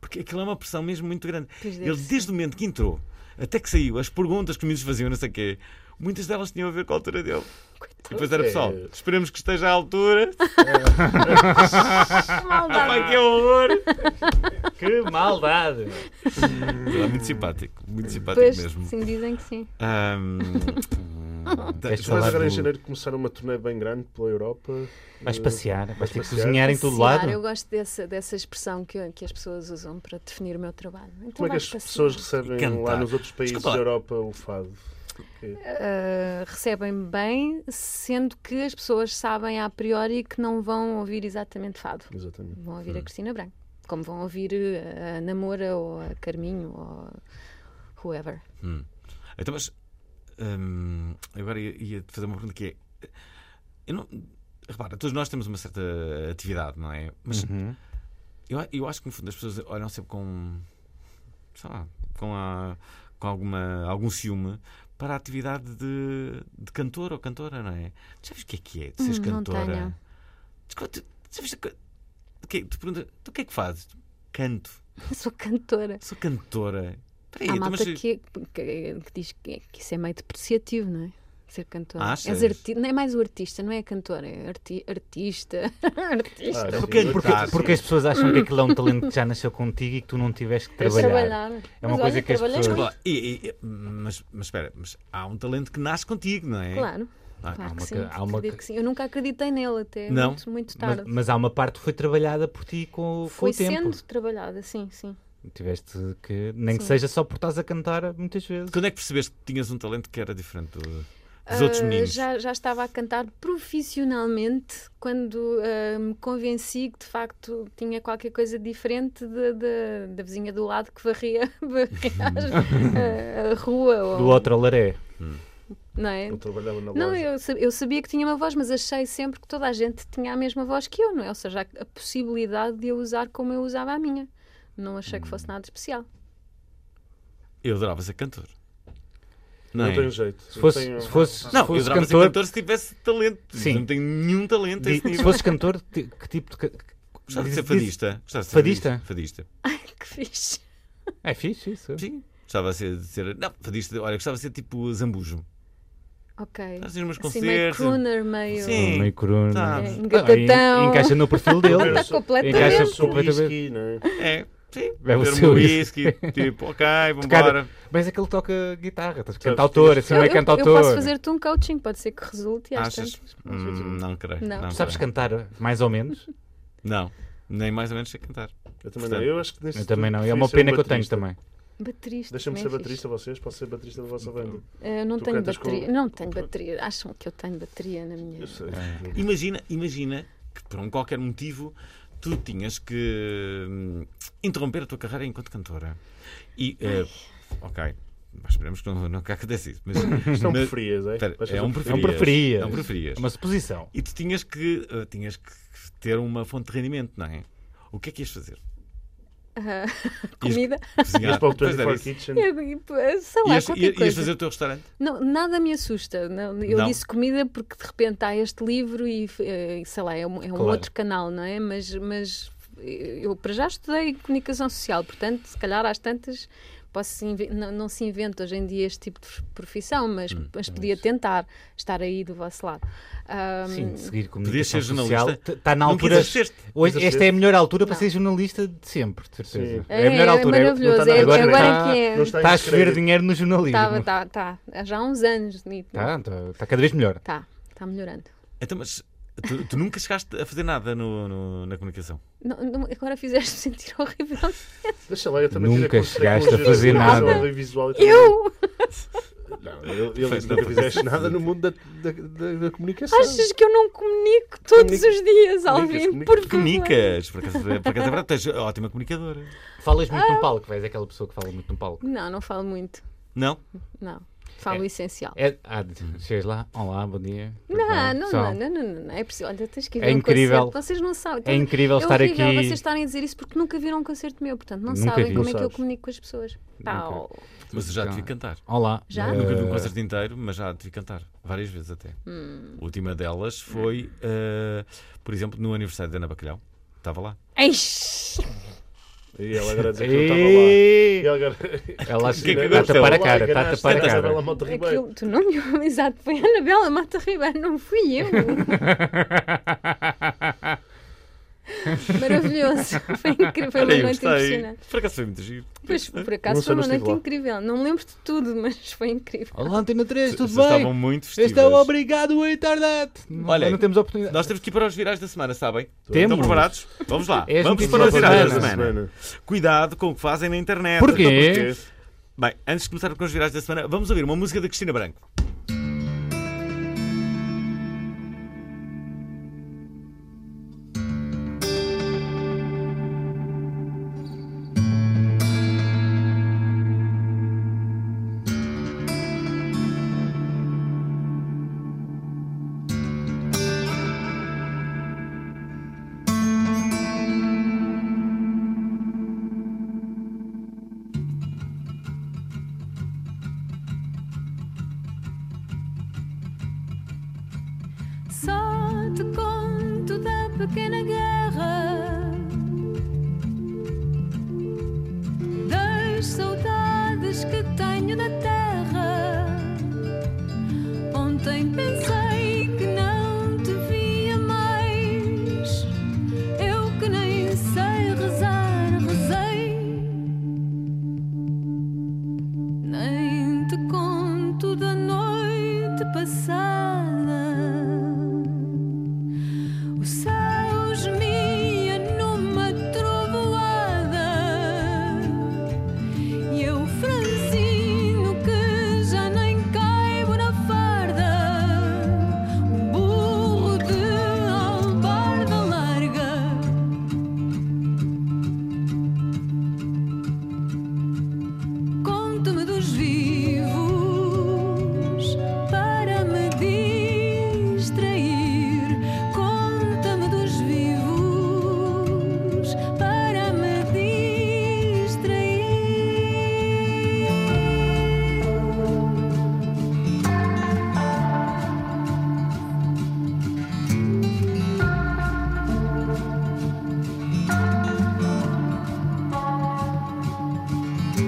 porque aquilo é uma pressão mesmo muito grande. Pois deve Ele, ser. desde o momento que entrou até que saiu, as perguntas que me faziam, não sei o quê, muitas delas tinham a ver com a altura dele. E depois era É. pessoal, esperemos que esteja à altura. Que maldade. Ai, que horror! Que maldade! Ele é muito simpático, muito simpático Pois, mesmo. sim, dizem que sim. (laughs) Ahm, da- Queres Mas falar agora em do- janeiro começaram uma turnê bem grande pela Europa. Então Vais Eh, passear, vais ter que passear. cozinhar em todo Passear, lado. Eu gosto dessa, dessa expressão que, eu- que as pessoas usam para definir o meu trabalho. Então Como é que vais as passear. pessoas recebem Cantar. lá nos outros países Desculpa lá. da Europa o fado? Ah, recebem bem, sendo que as pessoas sabem a priori que não vão ouvir exatamente fado. Exatamente. Vão ouvir a Cristina Branco. Como vão ouvir eh, a Namora ou a Carminho ou whoever. (laughs) Então, mas ahm, agora ia, ia te fazer uma pergunta que é. Eu não, repara, todos nós temos uma certa atividade, não é? Mas eu, eu acho que no fundo as pessoas olham sempre com. sei lá, com, a, com alguma, algum ciúme para a atividade de, de cantor ou cantora, não é? Tu sabes o que é que é? Tu seres Hum, não cantora. tenho. Desculpa, tu, tu sabes o que, o que é- tu perguntas, tu o que é que fazes? Canto. Sou cantora. Sou cantora. Peraí, Há então, malta mas- que, que- que diz que, que isso é meio depreciativo, não é? Ser cantora. Ah, Achas? És arti- não é mais o artista, não é a cantora, é arti- artista. (laughs) artista. Ah, Porque- sim, porque- claro. Porque as pessoas (laughs) acham que aquilo é um talento que já nasceu contigo e que tu não tiveste que trabalhar. É uma Mas coisa olha, que as trabalhei pessoas- muito. Claro, e- e- mas, mas espera, mas há um talento que nasce contigo, não é? Claro. Ah, claro há que uma sim, ca- há uma acredito ca- que sim. Eu nunca acreditei nele até Não? muito, muito Mas, tarde. mas há uma parte que foi trabalhada por ti com, com Foi o tempo. sendo trabalhada, sim, sim. Tiveste que, nem que Sim. seja só por estás a cantar muitas vezes. Quando é que percebeste que tinhas um talento que era diferente do- dos outros Ah, meninos? já, já estava a cantar profissionalmente quando ah, me convenci que de facto tinha qualquer coisa diferente de- de- da vizinha do lado que varria, (laughs) (laughs) varria a, a rua. Ou, Do outro laré. Não, é? Eu trabalhava na loja. não eu, sa- eu sabia que tinha uma voz, mas achei sempre que toda a gente tinha a mesma voz que eu, não é? Ou seja, a, a possibilidade de eu usar como eu usava a minha. Não achei Hum. que fosse nada especial. (laughs) Eu adorava ser cantor. Não, Não é? tenho jeito. Se fosse, eu tenho... se fosse, se Não, eu fosse adorava ser cantor, cantor se tivesse talento. Mas Sim. eu Não tenho nenhum talento a di- esse se nível. fosses cantor, ti- que tipo de. ca- Gostava de diz- ser diz- fadista. Gostava de ser Fadista? Fadista. Que fixe. É fixe isso. Sim. Gostava de ser, de ser- Não, fadista. Olha, gostava de ser tipo zambujo. Ok. Fazer umas Assim, meio concertos. crooner, meio. Sim. Um Meio corona. Tá. É, Ah, en- engatatão. Tá encaixa no perfil dele. Primeiro sou- Completamente. Encaixa primeiro sou completamente. um whisky, não é? É. Sim. Bebe o Beber seu um whisky. tipo, (laughs) ok, vambora. Mas é que ele toca guitarra, estás Sabes, cantautor, tinhas- assim, meio eu, eu cantautor. posso fazer-te um coaching, pode ser que resulte. e às Achas? tantas- um. Hum, não creio. Não. Não, Sabes creio. cantar mais ou menos? Não. Nem mais ou menos sei cantar. Eu também não. Portanto, Eu acho que neste Eu também não, é prefiro uma um ser pena que eu tenho baterista. também. Baterista. Deixa-me também ser é baterista, vocês? Posso ser baterista da vossa banda? fixe. Eh, não Tu tenho cantas com- bateria. Não tenho bateria. Acham que eu tenho bateria na minha. Eu (laughs) sei. Imagina, imagina que por um qualquer motivo tu tinhas que hum, interromper a tua carreira enquanto cantora. E eh, ok, mas esperemos que não, não que aconteça isso. Mas, (laughs) Isto não mas- preferias, é? espera, Vais é fazer um É um preferias. preferias. É um preferias. É uma suposição. E tu tinhas que eh, tinhas que ter uma fonte de rendimento, não é? O que é que ias fazer? Ah, Ias (laughs) comida. cozinhar? Ias para o Pois era 24 isso. Kitchen. Eu- sei lá, Ias, é qualquer ias- ias coisa. fazer o teu restaurante? Não, nada me assusta. Não, eu Não? disse comida porque de repente há este livro e eh, sei lá, é um, é um Claro. outro canal, não é? Mas, mas eh, eu para já estudei comunicação social, portanto, se calhar às tantas posso se inven- não, não se inventa hoje em dia este tipo de profissão, mas, Hum, mas é podia tentar estar aí do vosso lado. Ah, Sim, Podias seguir comunicação ser social. jornalista. Está na Não altura. quis exercer-te. Hoje, Quis esta é a melhor altura para Não. ser jornalista de sempre, de certeza. Sim. É, a melhor altura. é- maravilhoso. não É, está nada. agora, Agora que é. Não está Está em assim, a chover descrédito. dinheiro no jornalismo. Estava, Está tá, tá. Já há uns anos, Nito. Tá, está- está cada vez melhor. tá, tá melhorando. Então, mas tu, tu nunca chegaste a fazer nada no- no- na comunicação. Não, não, agora fizeste-me sentir (laughs) horrível. Deixa lá, eu também Nunca tirei curso de chegaste a tecnologia fazer de produção nada. audiovisual e tudo. Eu? Não, eu, eu Fez nunca nada. fizeste nada no mundo da, da, da, da comunicação. Achas que eu não comunico todos Comunica- os dias, Alvin? comunica- Por favor. Comunicas, Uhum. por acaso, por acaso é verdade, tens ótima comunicadora. Falas muito no palco, és aquela pessoa que fala muito no palco. Não, não falo muito. Não? Não. Falo É- o essencial. É, ah, chegas lá, olá, bom dia. tudo Não, bem, não, pessoal?" não, não, não, não, não. É possível. Olha, tens que ir É ver um incrível. concerto. Vocês não sabem. É incrível estar é horrível aqui. vocês estarem a dizer isso porque nunca viram um concerto meu, portanto não Nunca sabem vi. como Não é que eu sabes. comunico com as pessoas. Pá, Nunca. oh, Mas eu já te vi cantar. Olá. Já? Tá. eh, Nunca vi um concerto inteiro, mas já te vi cantar. Várias vezes até. Hum. A última delas foi, eh, por exemplo, no aniversário da Ana Bacalhau. Estava lá. eish! E ela agora dizer que eu estava lá. E Ei! ela agora... Ela acha que é que está a tapar a cara, está a tapar a enganaste-te, cara. Isabela Monte Ribeiro. Aquilo, tu não me (laughs) exato, foi a Anabela Mata Ribeiro, não fui (laughs) eu. Maravilhoso, (laughs) foi incrível, foi Olha, uma eu noite gostei. impressionante. Por acaso foi muito giro. Pois, por Não acaso sei, foi uma não estive noite lá. incrível, não me lembro de tudo, (laughs) mas foi incrível. Olá, Antena 3, tudo Vocês bem? estavam muito festivas. Este é o Obrigado Internet. Olha, não temos oportunidade. Nós temos que ir para os virais da semana, sabem? Temos. Estão preparados? Vamos lá. És Vamos notícia para os da virais da semana. semana. Cuidado com o que fazem na internet. Porquê? É Bem, antes de começar com os virais da semana, vamos ouvir uma música da Cristina Branco. Só te conto da pequena guerra Das saudades que tenho da terra Ontem pensei que não te via mais Eu que nem sei rezar, rezei nem te conto da noite passada. O céu gemia numa trovoada. E eu, franzino, que já nem caibo na farda. Um burro de albarda larga. Conto-me dos vivos para me distrair. Conta-me dos vivos para me distrair.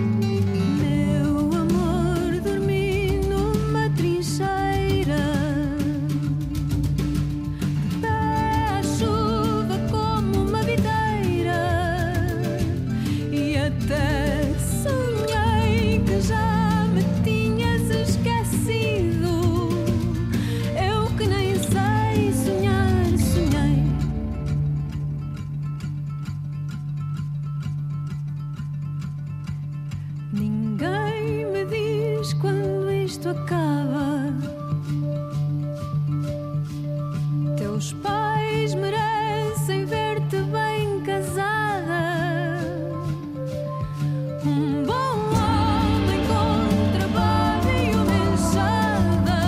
Meu amor, dormi numa trincheira Da chuva como uma videira E até sonhei que já me tinhas esquecido Eu que nem sei sonhar, sonhei Ninguém me diz quando isto acaba. Teus pais merecem ver-te bem casada. Um bom homem com trabalho e uma enxada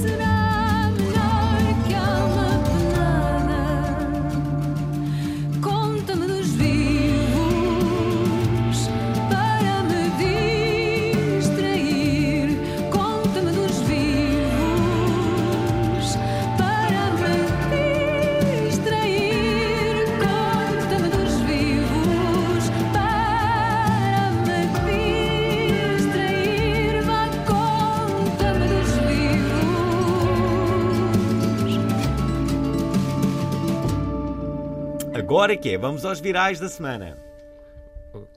será melhor que alma penada. Conta-me dos vivos para me distrair. Conta-me dos vivos. Agora é que é, vamos aos virais da semana.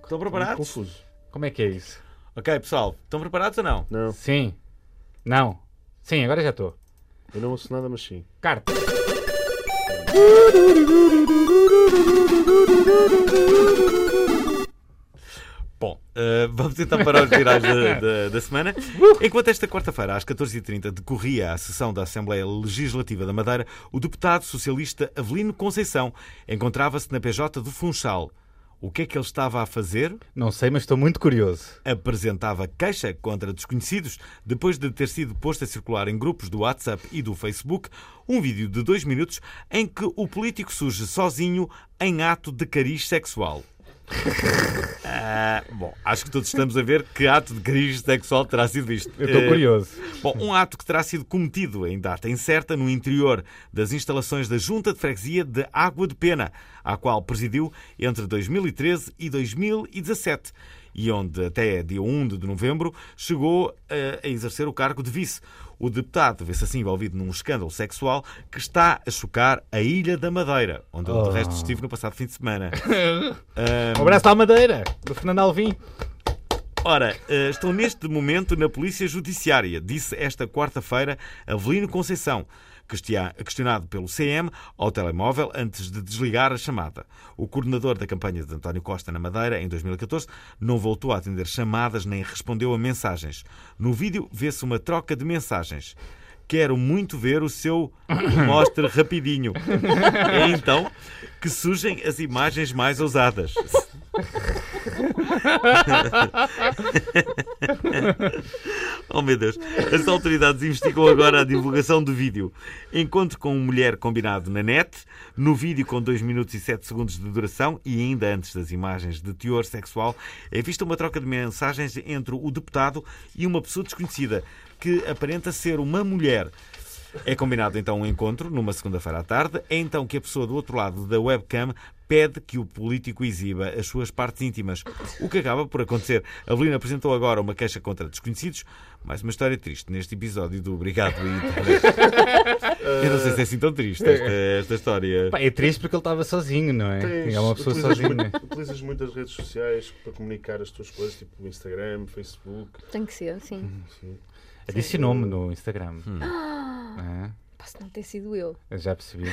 Estão preparados? Confuso. Como é que é isso? Ok, pessoal, estão preparados ou não? Não, Sim. Não. Sim, agora já estou. eu não ouço nada, mas sim. Carta. Bom, eh, vamos então para os virais da, da- da semana. Enquanto esta quarta-feira, às 14h30, decorria a sessão da Assembleia Legislativa da Madeira, o deputado socialista Avelino Conceição encontrava-se na PJ do Funchal. O que é que ele estava a fazer? Não sei, mas estou muito curioso. apresentava queixa contra desconhecidos depois de ter sido posto a circular em grupos do WhatsApp e do Facebook um vídeo de dois minutos em que o político surge sozinho em ato de cariz sexual. (laughs) Ah, bom, acho que todos estamos a ver que ato de cariz sexual terá sido isto. Eu estou Eh, curioso. Bom, um ato que terá sido cometido em data incerta no interior das instalações da Junta de Freguesia de Água de Pena, à qual presidiu entre 2013 e 2017 e onde até dia 1 de novembro chegou eh, a exercer o cargo de vice. O deputado vê-se assim envolvido num escândalo sexual que está a chocar a Ilha da Madeira, onde eu, de Oh. resto estive no passado fim de semana. Um abraço à Madeira, do Fernando Alvim. Ora, eh, estão neste momento na Polícia Judiciária, disse esta quarta-feira Avelino Conceição, questia- questionado pelo CM ao telemóvel antes de desligar a chamada. O coordenador da campanha de António Costa na Madeira, em 2014, não voltou a atender chamadas nem respondeu a mensagens. No vídeo vê-se uma troca de mensagens. Quero muito ver o seu mostre rapidinho. É então que surgem as imagens mais ousadas. Oh meu Deus. As autoridades investigam agora a divulgação do vídeo. Encontro com uma mulher combinado na net, no vídeo com 2 minutos e 7 segundos de duração e ainda antes das imagens de teor sexual, é vista uma troca de mensagens entre o deputado e uma pessoa desconhecida que aparenta ser uma mulher. É combinado então um encontro numa segunda-feira à tarde. É então que a pessoa do outro lado da webcam pede que o político exiba as suas partes íntimas, o que acaba por acontecer. A Belina apresentou agora uma queixa contra desconhecidos. Mais uma história triste neste episódio do Obrigado e Eu não sei se é assim tão triste esta, esta história. Pá, é triste porque ele estava sozinho, não é? Tens- é uma pessoa utilizas sozinha. muito- utilizas muitas redes sociais para comunicar as tuas coisas, tipo Instagram, Facebook. Tem que ser, sim. Assim. Adicionou-me no Instagram. Pá, se não ter sido eu. É, já percebi.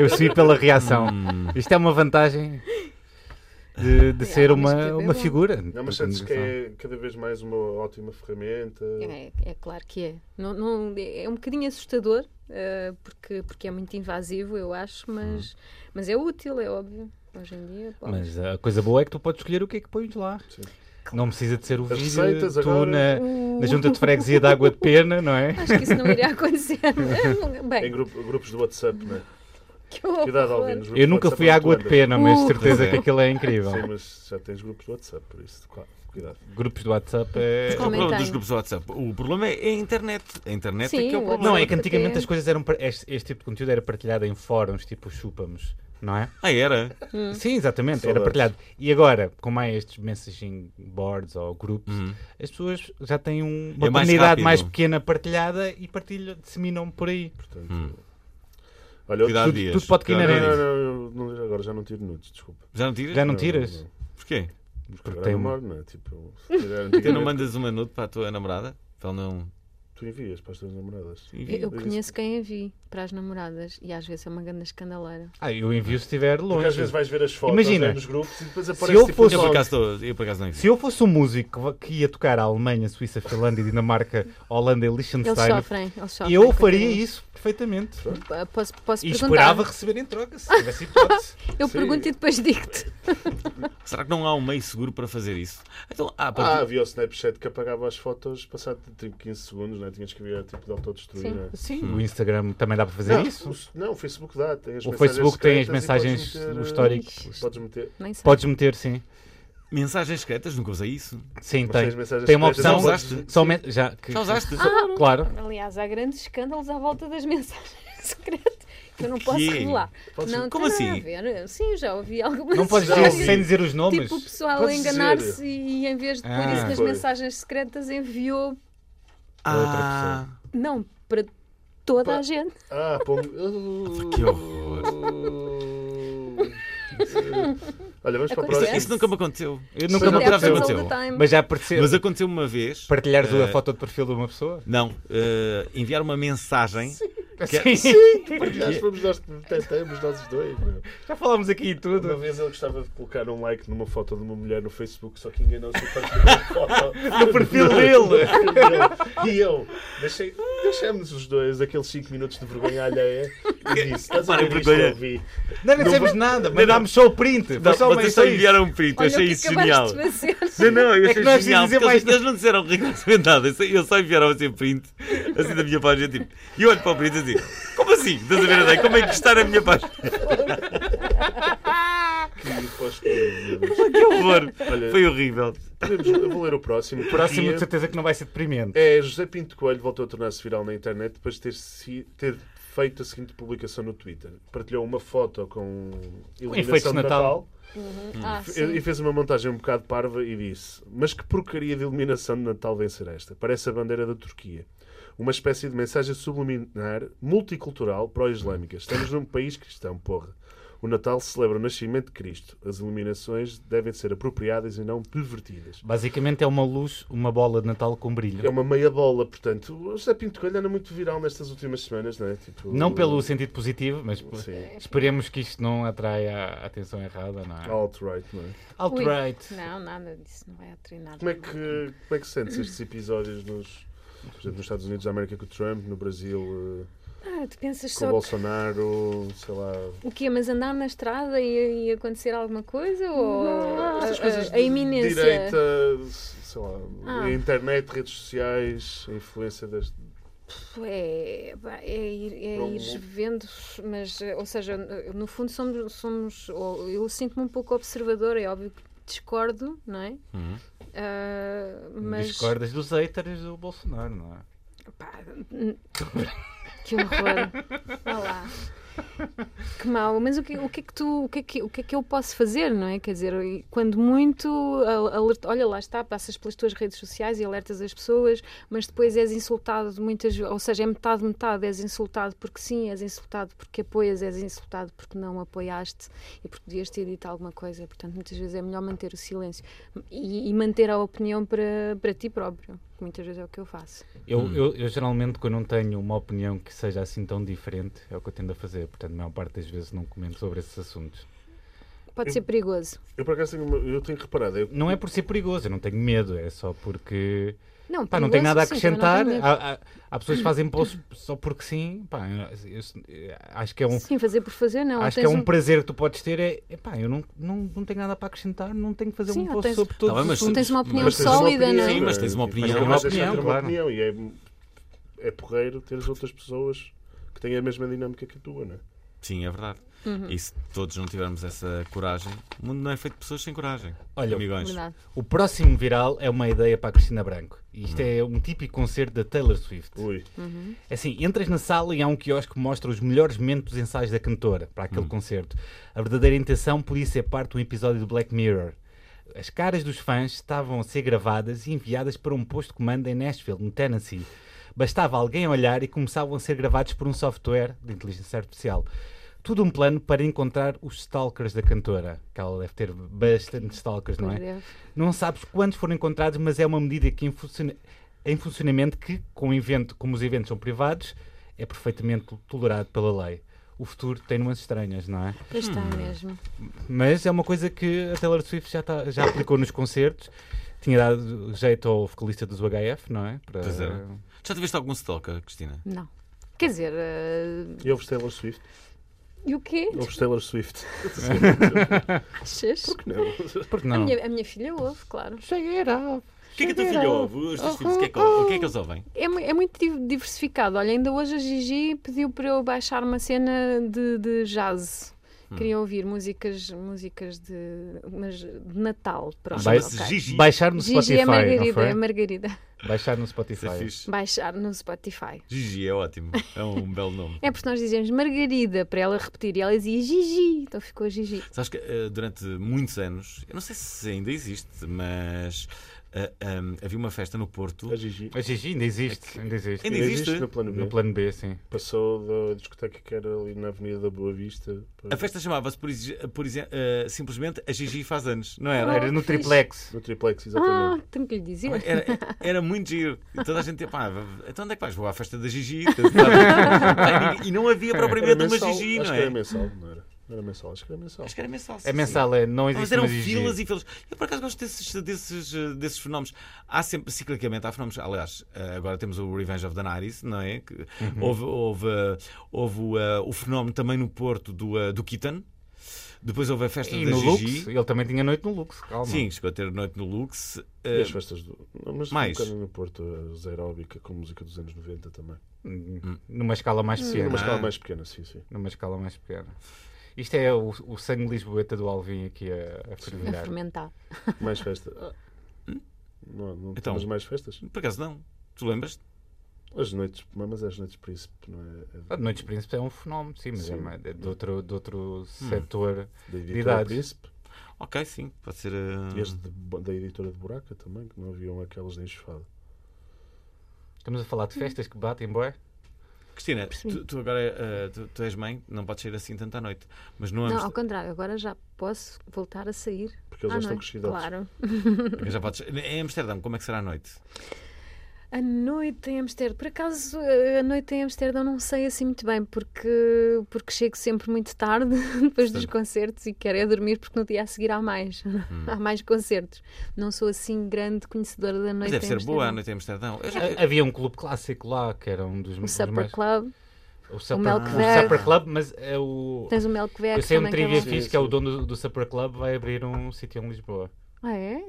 Eu subi pela reação. Isto é uma vantagem de, É, de Ah, ser mas uma, escrever uma bom. figura. Não, mas de sentes que comunicação. é cada vez mais uma ótima ferramenta. Uhum. É, é claro que é. Não, não- é um bocadinho assustador, eh, porque, porque é muito invasivo, eu acho, Uhum. mas, mas é útil, é óbvio. Hoje em dia, pá. Mas a coisa boa é que tu podes escolher o que é que pões lá. Sim. Não precisa de ser o As vídeo, receitas tu agora. na, na junta de freguesia de água de pena, não é? acho que isso não (laughs) iria acontecer. (laughs) Em Bem, grupo- grupos do WhatsApp, não é? que horror. Cuidado, Alvinos. grupos Eu do nunca WhatsApp fui à onde tu água de andas. pena, mas Uh! certeza que aquilo é incrível. Sim, mas já tens grupos do WhatsApp, por isso, claro, cuidado. Grupos do WhatsApp Qual é. é o problema Comentem. dos grupos do WhatsApp? O problema é a internet. A internet é Sim, que é o o problema. Não, é que Até- antigamente as coisas eram. par- Este, este tipo de conteúdo era partilhado em fóruns, tipo chupamos, não é? Ah, era. Hum. Sim, exatamente, Saudades. era partilhado. E agora, como há estes messaging boards ou grupos, Uhum. as pessoas já têm um- uma É mais comunidade rápido. mais pequena partilhada e partilham, disseminam por aí. Portanto, Hum. Olha, Cuidado, outro- Dias. tudo pode cair na Cuidado, rede. Não, Dias. não, não, não, agora já não tiro nudes, desculpa. Já não tiras? Já é, não tiras? Porquê? Porque agora tem- um- Então não moro, não é? Tipo, se calhar antigamente Tu não mandas uma nude para a tua namorada? Para ela não. tu envias para as tuas namoradas. Eu, eu conheço quem a vi para as namoradas e às vezes é uma grande escandaleira. Ah, eu envio se estiver Porque às longe. vezes vais ver as fotos Imagina, né, nos grupos e depois aparece eu tipo, fosse- Eu por Só- acaso, estou- eu por acaso não Se eu fosse um músico que va- que ia tocar a Alemanha, Suíça, Finlândia, Dinamarca, Holanda e Eles Liechtenstein, sofrem, eles sofrem. Um eu com faria aquilo. isso perfeitamente. P- Posso, posso E perguntar? esperava receber em troca, se tivesse (laughs) hipótese. Eu Sim. pergunto e depois digo-te. Será que não há um meio seguro para fazer isso? Então, ah, Ah, para... havia o Snapchat que apagava as fotos passado tipo 15 segundos, não é? Tinhas que vir tipo de autodestruir, Sim. não é? Sim, o Instagram também dá para fazer Não, isso. o- não, o Facebook dá. Tem as O mensagens Facebook tem as secretas e mensagens podes meter, do eh, histórico. Podes meter. Nem sei. Podes meter, sim. mensagens secretas, nunca usei isso. Sim, Mas tem. tens mensagens Tem uma secretas, opção. já usaste? somente- já, que- Já usaste? Claro. Aliás, há grandes escândalos à volta das (laughs) mensagens secretas que eu não posso quê? revelar. Podes- Não, Como tem nada assim? a ver. Sim, já ouvi algumas Não podes Já dizer ouvi. sem dizer os nomes. Tipo, o pessoal a Podes enganar-se e em vez de pôr Ah. isso nas Foi. mensagens secretas enviou, Ah, não, para toda a gente. Ah, pô. que horror. (laughs) Olha, vamos para a Isso, Acontece. próxima. isso nunca me aconteceu. Eu nunca Mas me aconteceu. aconteceu. all aconteceu. the time. Mas já apareceu. Mas aconteceu uma vez. Partilhares eh, a foto de perfil de uma pessoa? Não, eh, enviar uma mensagem. Que- é- Sim. Já fomos nós que tentamos, nós os dois. Meu. Já falámos aqui e Uma tudo. vez ele gostava de colocar um like numa foto de uma mulher no Facebook, só que enganou-se e partilhou a (laughs) foto No perfil dele. E eu deixei, deixamos os dois aqueles 5 minutos de vergonha alheia e disse: Estás a Para, ver isto? vergonha. Eu vi. Não, não dissemos nada. Mandámos só o print. Foi Não, só uma vocês só só isso. enviaram um print, Olha achei o isso que genial. acabaste de Não, fazer. não, eu É que achei não é preciso genial. dizer porque mais eles, eles não disseram rigorosamente nada. Eu só, eles só enviaram assim um print, assim da minha página. Tipo, e eu olho para o print e digo: Como assim? Estás a ver a ideia? Como é que está na minha página? Que foste, meu Deus. Que horror! Olha, Foi horrível. podemos- eu vou ler o próximo. que Próximo, dia- de certeza que não vai ser deprimente. É, José Pinto Coelho voltou a tornar-se viral na internet depois de ter, si- ter feito a seguinte publicação no Twitter. Partilhou uma foto com efeitos iluminação de de Um Natal. Natal, Ah, e sim. e fez uma montagem um bocado parva e disse Mas que porcaria de iluminação de Natal vem ser esta? Parece a bandeira da Turquia. Uma espécie de mensagem subliminar multicultural pró-islâmica. Estamos num país cristão, porra. O Natal celebra o nascimento de Cristo. As iluminações devem ser apropriadas e não pervertidas. Basicamente é uma luz, uma bola de Natal com É brilho. uma meia bola, portanto. O José Pinto Coelho anda muito viral nestas últimas semanas, não é? Tipo, Não pelo sentido positivo, mas por- Sim. esperemos que isto não atraia a atenção errada, não é? Alt-right, não é? Ui, Alt-right. Não, nada disso, não vai atrair nada. Como é que, como é que sentes estes episódios nos, por exemplo, nos Estados Unidos da América com o Trump, no Brasil eh, Ah, tu pensas com o só que- Bolsonaro, sei lá. o quê? Mas andar na estrada e, e acontecer alguma coisa? Ou Estas a- coisas a, a iminência? direita, sei lá, Ah. a internet, redes sociais, a influência das. É, pá, é ir, é Não- ires vendo, mas, eh, ou seja, n- no fundo somos, somos ou eu sinto-me um pouco observadora, é óbvio que discordo, não é? Uhum. Ah, mas, Discordas dos haters do Bolsonaro, não é? pá, n- (laughs) que horror. Vá lá. Que mal, mas o que, o que é que tu, o que é que, o que é que eu posso fazer, não é? Quer dizer, e quando muito, al- alerta- olha lá está, passas pelas tuas redes sociais e alertas as pessoas, mas depois és insultado muitas ve- ou seja, é metade, metade, és insultado porque sim, és insultado porque apoias, és insultado porque não apoiaste e porque podias ter dito alguma coisa, portanto muitas vezes é melhor manter o silêncio e, e manter a opinião para, para ti próprio, que muitas vezes é o que eu faço. Eu, Hum. eu, eu geralmente, quando não tenho uma opinião que seja assim tão diferente, é o que eu tendo a fazer. Portanto, a maior parte das vezes não comento sobre esses assuntos. Pode ser perigoso. Eu por acaso tenho, uma- eu tenho reparado, eu Não é por ser perigoso, eu não tenho medo, é só porque. Não, Pá, não tenho nada a perigoso, sim, também não acrescentar. tenho medo. Há, há- há pessoas que fazem posts só porque sim. Pá, eu- eu- acho que é um, Sim, fazer por fazer, não. acho que Tens é um prazer que tu podes ter. É, epá, eu não, não, não tenho nada para acrescentar, não tenho que fazer Sim, um ou post tens- sobre Tá todos bem, os mas- assuntos. tens uma opinião mas tens uma sólida, opinião, não é? Sim, mas tens uma Mas opinião. não uma vais deixar de ter uma claro. opinião e é, é porreiro teres outras pessoas que têm a mesma dinâmica que a tua, não é? Sim, é verdade. Uhum. E se todos não tivermos essa coragem, o mundo não é feito de pessoas sem coragem. Olha, amigões. Verdade. O próximo viral é uma ideia para a Cristina Branco. E Hum. Isto é um típico concerto da Taylor Swift. Ui, Assim, entras na sala e há um quiosque que mostra os melhores momentos dos ensaios da cantora para aquele concerto. A verdadeira intenção podia ser parte de um episódio do Black Mirror. As caras dos fãs estavam a ser gravadas e enviadas para um posto de comando em Nashville, no Tennessee. Bastava alguém olhar e começavam a ser gravados por um software de inteligência artificial. Tudo um plano para encontrar os stalkers da cantora, que ela deve ter bastante stalkers, não é? Pois deve. Não sabes quantos foram encontrados, mas é uma medida que em, funciona- em funcionamento que, com o evento, como os eventos são privados, é perfeitamente tolerado pela lei. O futuro tem nuances estranhas, não é? Pois está mesmo. Mas é uma coisa que a Taylor Swift já, tá- já aplicou nos concertos. Tinha dado jeito ao vocalista dos UHF, não é? Para- Pois era. Já tiveste algum stalker, Cristina? Não. Quer dizer, eh, e ouves Taylor Swift? e o quê? Ouves Taylor (laughs) Swift? Achas? Não. Porque A não? minha, a minha filha ouve, claro. Cheira. O que é que a tua filha ouve? Os teus filhos, o que é que, o que é que eles ouvem? É, mu- é muito di- diversificado. Olha, ainda hoje a Gigi pediu para eu baixar uma cena de, de jazz. Hum. Queria ouvir músicas, músicas de, mas de Natal. Pronto, Vai- Chama-se ok. Gigi. Baixar no Gigi Spotify, é não Margarida, foi? é Margarida. Baixar no Isso é Spotify. fixe. Baixar no Spotify. Gigi é ótimo. É um belo nome. É porque nós dizíamos Margarida para ela repetir e ela dizia Gigi, então ficou Gigi. Sabes que eh, durante muitos anos, eu não sei se ainda existe, mas ah, ahm, havia uma festa no Porto. A Gigi A Gigi ainda existe. Ainda existe. É Ainda ainda existe? existe no plano B. No plano B, sim. Passou da discoteca que era ali na Avenida da Boa Vista. para- A festa chamava-se, por, ex- por exe- ah, simplesmente A Gigi faz anos, não era? Era no triplex. No triplex, Ah, exatamente. tenho que lhe dizer. Era, era muito giro. E toda a gente, pá, então onde é que vais? Vou à festa da Gigi. tá, Pá, tá, e- e não havia Era propriamente uma mensal, Gigi, acho não que é? era mensal, não era? Não era mensal, acho que era mensal. Acho que era mensal. É sim, mensal, é, não sim. Mas existe eram uma Gigi. filas e filas. Eu por acaso gosto desses, desses, eh, desses fenómenos. Há sempre, ciclicamente, há fenómenos. Aliás, eh, agora temos o Revenge of the Nights, não é? Que Uhum. Houve, houve, eh, houve o, eh, o fenómeno também no Porto do, eh, do Kitan. Depois houve a festa E da no Gigi. Lux, ele também tinha noite no Lux, calma. Sim, chegou a ter noite no Lux. E as eh, festas do. Não, mas mais. um bocado no Porto, a Zeróbica com música dos anos 90 também. Hum, Numa escala mais pequena. Numa Ah. escala mais pequena, sim, sim. Numa escala mais pequena. Isto é o, o sangue lisboeta do Alvin aqui a, a A fervilhar. fermentar. Mais festa. Ah. Não, não Então. temos mais festas? por acaso não. Tu lembras? As noites, mas as noites príncipe, não é? A Noites Príncipe é um fenómeno, sim, mas Sim. é uma- é de outro, de outro Hum. setor. Da editora Idades. príncipe. Ok, sim, pode ser. eh, E as de- da editora de buraca também, que não haviam aquelas de enxofada. Estamos a Hum. falar de festas que batem, boé? Cristina, tu, tu agora eh, tu, tu és mãe, não podes sair assim tanto à noite. Mas não Não, ao vamos. contrário, agora já posso voltar a sair. Porque eles à já estão noite. crescidos. Ah, Claro. Já podes... Em Amsterdão, como é que será a noite? A noite em Amsterdão, por acaso eh, a noite em Amsterdão não sei assim muito bem, porque, porque chego sempre muito tarde (laughs) depois dos Portanto. concertos e quero é dormir porque no dia a seguir há mais. (laughs) Há mais concertos. Não sou assim grande conhecedora Mas da noite deve em ser boa né? a Amsterdão. noite em Amsterdão. Eu já- Havia um clube clássico lá que era um dos O dos Supper mais- Club, O Supper, Melk o Verde. Supper Club, mas é o. tens o Melkwerk Eu sei um também, que é trivia bom. fixe que é o dono do, do Supper Club vai abrir um sítio em Lisboa. Ah, é?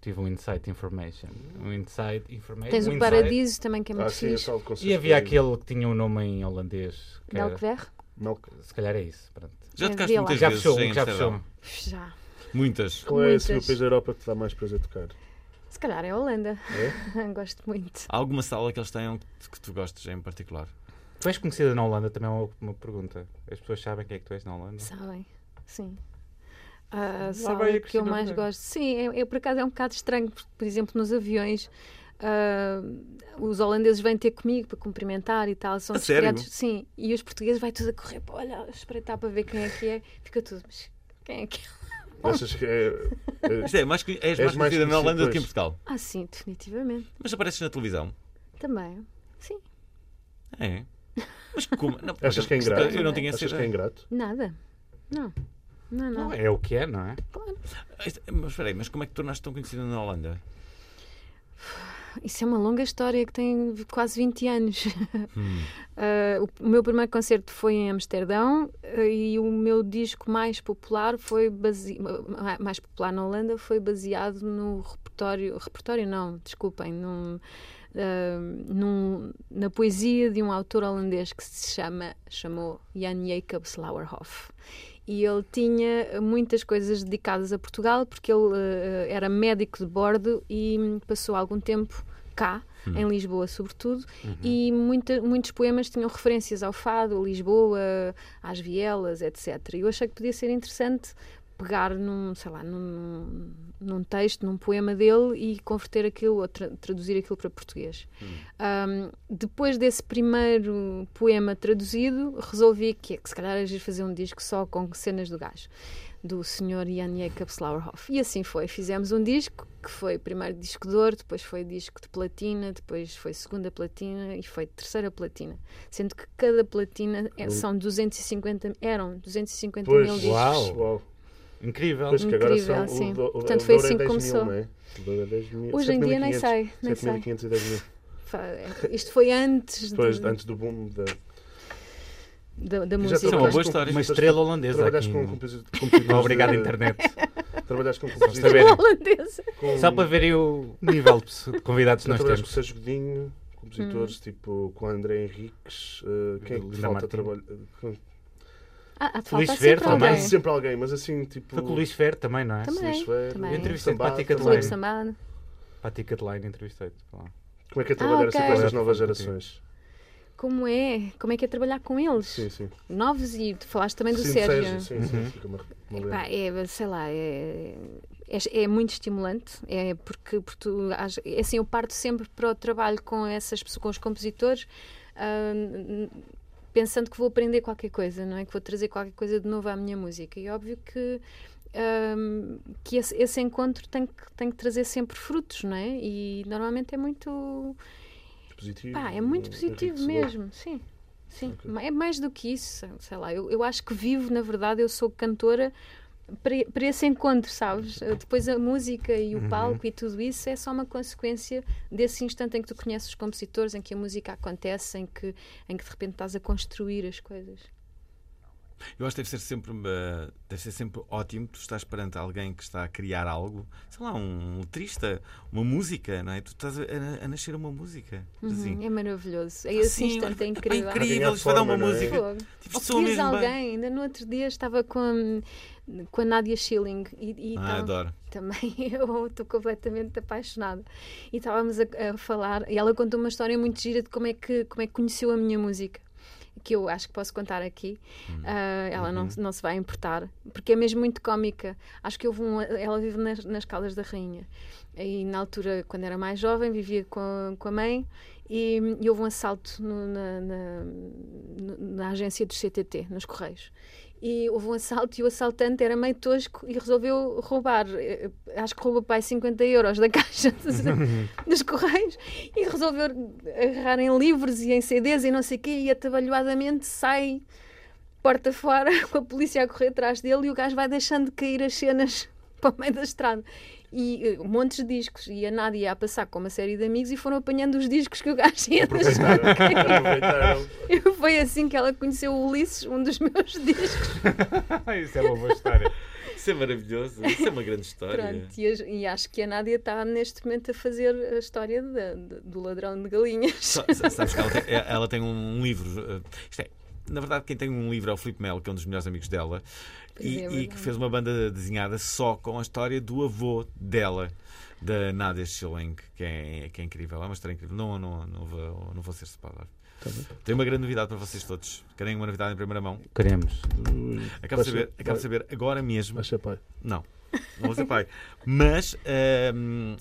Tive um insight information. Um insight information. Tens um o insight. Paradiso também, que é muito Ah, sim, a fixe. sala de concertos. E havia da Ivy. aquele que tinha um nome em holandês. que era- Melkwerk? Melk. Se calhar é isso. Pronto. Já É, tocaste vê lá. muitas Já vezes fechou, em um que já Amsterdão. fechou. Já. Muitas. Qual é esse Muitas. meu país da Europa que te dá mais prazer tocar? Se calhar é a Holanda. É? (laughs) Gosto muito. Há alguma sala que eles tenham que tu, que tu gostes em particular? Tu és conhecida na Holanda também é uma, uma pergunta. As pessoas sabem quem é que tu és na Holanda? Sabem, sim. A vai a sala que eu Cristina mais Ferreira. gosto. Sim, é, é- por acaso é um bocado estranho, porque, por exemplo, nos aviões. ah, os holandeses vêm ter comigo para cumprimentar e tal, são A sério? discretos, sim. E os portugueses vai tudo a correr para olhar, espreitar para ver quem é que é, fica tudo, mas quem é que é? Achas que é. é- Isto é, mais, conhe- és mais És mais conhecida na conhecida, Holanda do que em pois. Portugal. Ah, sim, definitivamente. Mas apareces na televisão. Também, sim, É. Mas como? Não, por Achas que é acaso, ingrato? Eu não tinha essa Achas que é ideia. ingrato? nada. Não, não, não. Não, é o que é, não é? Isto- Mas espera aí, mas como é que tu tornaste tão conhecida na Holanda? Isso é uma longa história que tem v- quase 20 anos. (laughs) Ah, o- o meu primeiro concerto foi em Amsterdão ah, e o meu disco mais popular foi base... ma- mais popular na Holanda foi baseado no repertório repertório não, desculpem, num, ah, num- na poesia de um autor holandês que se chama chamou Jan Jacob Slauerhoff. E ele tinha muitas coisas dedicadas a Portugal, porque ele eh, era médico de bordo e hum, passou algum tempo cá, em Lisboa sobretudo, e muita- muitos poemas tinham referências ao fado, a Lisboa, às vielas, etc. E eu achei que podia ser interessante pegar num, sei lá, num, num texto, num poema dele e converter aquilo, ou tra- traduzir aquilo para português. Ahm, depois desse primeiro poema traduzido, resolvi que, que se calhar era giro fazer um disco só com cenas do gajo, do senhor Jan Jacob Slauerhoff. E assim foi, fizemos um disco que foi primeiro disco de ouro, depois foi disco de platina, depois foi segunda platina e foi terceira platina. Sendo que cada platina é- são 250, eram 250 mil discos. Uau. Uau. Incrível. Pois que agora Incrível, são. sim. do- Portanto, foi Douro assim é que 10 começou. Mil, não é? O Douro é 10 mil. Hoje em dia nem 7.500, sei, nem sei. 7.510 mil. Fa- é, Isto foi antes, de- Depois, antes do boom da. da, da E música. Isso é uma boa (laughs) trabalhaste com- história. Uma tu estrela holandesa Trabalhaste aqui. com Não composi- compositores. obrigado, de- internet. Trabalhaste com é compositores. saberem. holandesa. com- Só para verem o nível de pessoa- de convidados que Já nós trabalhaste com o temos. Sérgio Godinho, Hum. compositores tipo com o André Henriques. eh, quem é que Linda te falta Martins. trabalho? com- Ah, há de Luís Verde faltar sempre também. Há alguém. sempre alguém, mas assim tipo. Foi com o Luís Fer também, não é? Também. Luís Ferreira, também. Eu entrevistei Samba, Patti Catellan. também. Filipe Samado. Pati Cateline entrevistei-te. vá lá. Como é que é trabalhar Ah, assim ok. com estas novas Sim. gerações? Como é? Como é que é trabalhar com eles? Sim, sim. Novos e tu falaste também do sim, Sérgio. Uhum. Sim, sim, sim. fica uma- uma Pá, lenda. é, sei lá, é, é, é muito estimulante, é porque, porque tu, às- é assim, eu parto sempre para o trabalho com essas pessoas, com os compositores, ah, n- pensando que vou aprender qualquer coisa, não é? Que vou trazer qualquer coisa de novo à minha música. E óbvio que hum, que esse, esse encontro tem que, tem que trazer sempre frutos, não é? E normalmente é muito, Positivo. pá, é muito positivo enriquecedor. mesmo, sim. Sim, Ma- é mais do que isso, sei lá, eu, eu acho que vivo, na verdade, eu sou cantora para, e- para esse encontro, sabes? Eh, Depois a música e o palco e tudo isso é só uma consequência desse instante em que tu conheces os compositores, em que a música acontece, em que, em que de repente estás a construir as coisas. Eu acho que deve ser sempre, uma- deve ser sempre ótimo. Tu estás perante alguém que está a criar algo, sei lá, um letrista, uma música, não é? Tu estás a, a- a nascer uma música. Assim. É maravilhoso. É esse Sim, instante é é incrível. incrível, isto vai dar uma Alguém é música. Fogo. Tipo, Ou sou conheces mesmo bem. alguém, ainda no outro dia estava com a, com a Nádia Schilling e, e Ah, tavam- adoro. também (laughs) eu estou completamente apaixonada. E estávamos a, a falar, e ela contou uma história muito gira de como é que, como é que conheceu a minha música. Que eu acho que posso contar aqui. Ah, ela não, não se vai importar, porque é mesmo muito cómica. Acho que houve um. Ela vive nas, nas Caldas da Rainha. E na altura, quando era mais jovem, vivia com a, com a mãe e, e houve um assalto no- na, na- no- na agência dos CTT, nos Correios. E houve um assalto e o assaltante era meio tosco e resolveu roubar. eh, Acho que roubou pai 50 euros da caixa (laughs) dos, dos Correios e resolveu agarrar em livros e em CDs e não sei o quê e atabalhoadamente sai porta fora (laughs) com a polícia a correr atrás dele e o gajo vai deixando de cair as cenas (laughs) para o meio da estrada. E eh, montes de discos. E a Nádia a passar com uma série de amigos e foram apanhando os discos que o gajo ia deixando cair. Aproveitaram. (laughs) E foi assim que ela conheceu o Ulisses, um dos meus discos. Isso é uma boa história. Isso é maravilhoso. Isso é uma grande história. Pronto, e, as- e acho que a Nádia está neste momento a fazer a história da- da- do ladrão de galinhas. Sa- sa- Sabes que ela tem, é- ela tem um livro. eh, Isto é, na verdade, quem tem um livro é o Filipe Melo, que é um dos melhores amigos dela, Pois e, é, e verdade. que fez uma banda desenhada só com a história do avô dela, da Nadia Schilling, que é, que é incrível. É uma história incrível. Não, não, não, vou, não vou ser spoiler. Tá Tenho uma grande novidade para vocês todos. Querem uma novidade em primeira mão? Queremos. Acabo de Vai ser- saber, acabo de saber agora mesmo. Mas, pai, Não, não vou ser pai. Mas. ehm,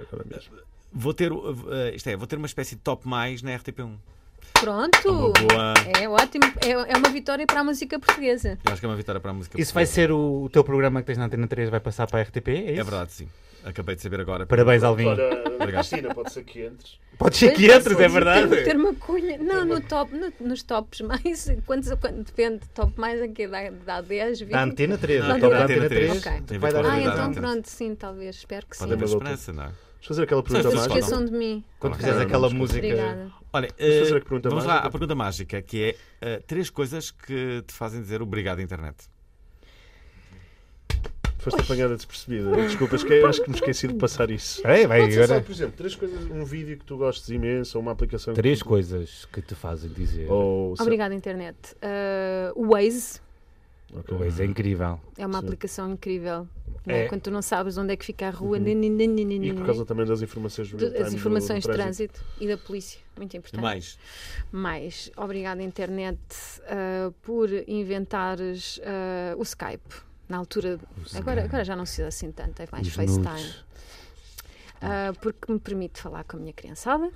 agora mesmo. Vou ter, uh, uh, isto é, vou ter uma espécie de top mais na RTP1. (laughs) Pronto! Uma boa. É ótimo, é, é uma vitória para a música portuguesa. Eu acho que é uma vitória para a música. Isso vai portuguesa. ser o, o teu programa que tens na Antena 3, vai passar para a RTP? É, isso? É verdade, sim. Acabei de saber agora. Parabéns, Alvin. Olha, Obrigado. Cristina, pode ser que entres. Pode ser que Pois, entres, é verdade. Ter, ter uma cunha. Não, no top, no- nos tops mais. (laughs) Quantos, quanto- depende, top mais a que dá, dá 10, 20. Da é Antena 3. Não, então, da da Antena Antena 3. 3. Ok. Tem a ver Vai com a dar Ah, realidade. então Antena. pronto, sim, talvez. Espero que sim. Pode haver Sim. esperança, não é? Vamos fazer aquela pergunta Sim, Não se sim, mágica. esqueçam de mim. Quando Não, fizeres não, aquela não, música. Obrigada. Olha, fazer uh, a pergunta vamos lá mágica. à pergunta mágica, que é uh, três coisas que te fazem dizer obrigado à internet. Foste apanhada despercebida. Desculpas, que eu acho que me esqueci de passar isso. Ei, vai Pode ser só, agora. por exemplo, três coisas, um vídeo que tu gostes imenso, ou uma aplicação. que Três tu- coisas que te fazem dizer. Ou, sei- Obrigada, internet. Ah, o Waze Ok. Pois é incrível. é uma Sim. aplicação incrível. não é? É. Quando tu não sabes onde é que fica a rua, nem- nem- nem- nem- nem- E por nem- causa também das informações do do- real-time as do- informações do de trânsito e da polícia. Muito importante. Mais. Mais, obrigada internet ah, por inventares ah, o Skype. Na altura, agora, agora já não se usa assim tanto, é mais Os FaceTime. nudes. Ah, porque me permite falar com a minha criançada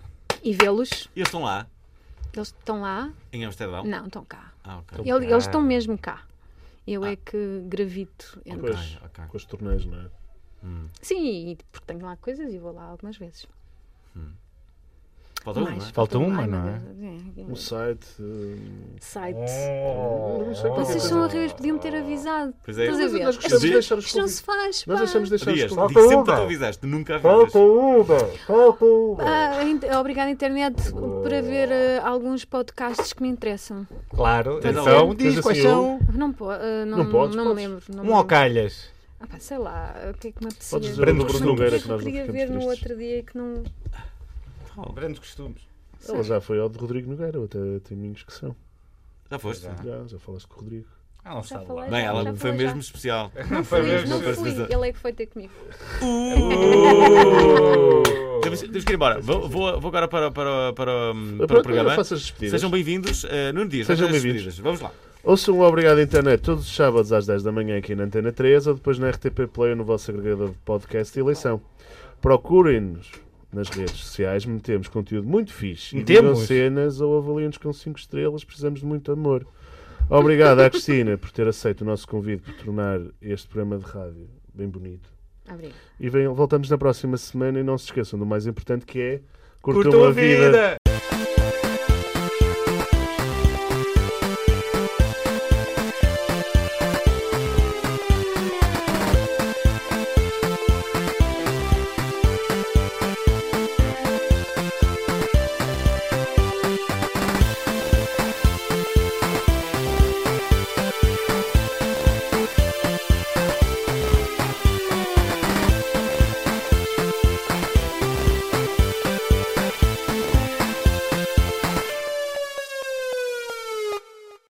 e vê-los. E eles estão lá, Eles estão lá? em Amsterdão? Não, estão cá. Ah, ok. Ele- Eles, estão mesmo cá. Eu é que gravito. entre- Pois, Ok, ok. Com os torneios, não é? Sim, e- porque tenho lá coisas e vou lá algumas vezes. Falta uma, Mais, não é? Falta uma, ai, meu não é? Deus, Um site. hum, é? Site. eu não sei qualquer Vocês coisa. são horríveis, podiam ter avisado. Pois é. Estás a ver? Nós gostamos de Diz- deixar os Isto não convites. se Nós faz. pá. deixamos de deixar os Dias, convites. digo sempre que tu avisaste, nunca avisas. Ah, a inter- obrigada, internet, para ver eh, alguns podcasts que me interessam. Claro. Tens Então, algum? diz Tens quais assim são. Não, po eh, não, Não podes, não me podes. lembro. Não me Um ao lembro. calhas. Ah, pá, sei lá, o que é que me apetecia? Podes dizer o Brando do Bruno Costumes. Mas o que Nogueira é que que eu nós não queria ficamos ver no tristes. outro dia que não. Grandes costumes. Ela já foi ao de Rodrigo Nogueira, eu até tem mingos que são. Já foste? Já. Já, já falaste com o Rodrigo. Ah, não Já sabe falei. lá. Bem, Já ela foi foi, mesmo já. especial. Não Fui, foi mesmo. não fui, ele é que foi ter comigo. Temos, Então, temos que ir embora. Vou, vou- vou agora para, para, para, para Pronto, o programa. Faças despedidas. Sejam bem-vindos. eh, Nuno Dias, Sejam vamos às bem-vindos. despedidas. Vamos lá. Ouçam o Obrigado Internet todos os sábados às 10 da manhã aqui na Antena 3 ou depois na RTP Play ou no vosso agregador de podcast de eleição. Procurem-nos nas redes sociais, metemos conteúdo muito fixe. E digam Metemos? cenas ou avaliam-nos com 5 estrelas, precisamos de muito amor. Obrigado à Cristina por ter aceito o nosso convite por tornar este programa de rádio bem bonito. Obrigada. E venham- voltamos na próxima semana e não se esqueçam do mais importante que é Curtam a vida.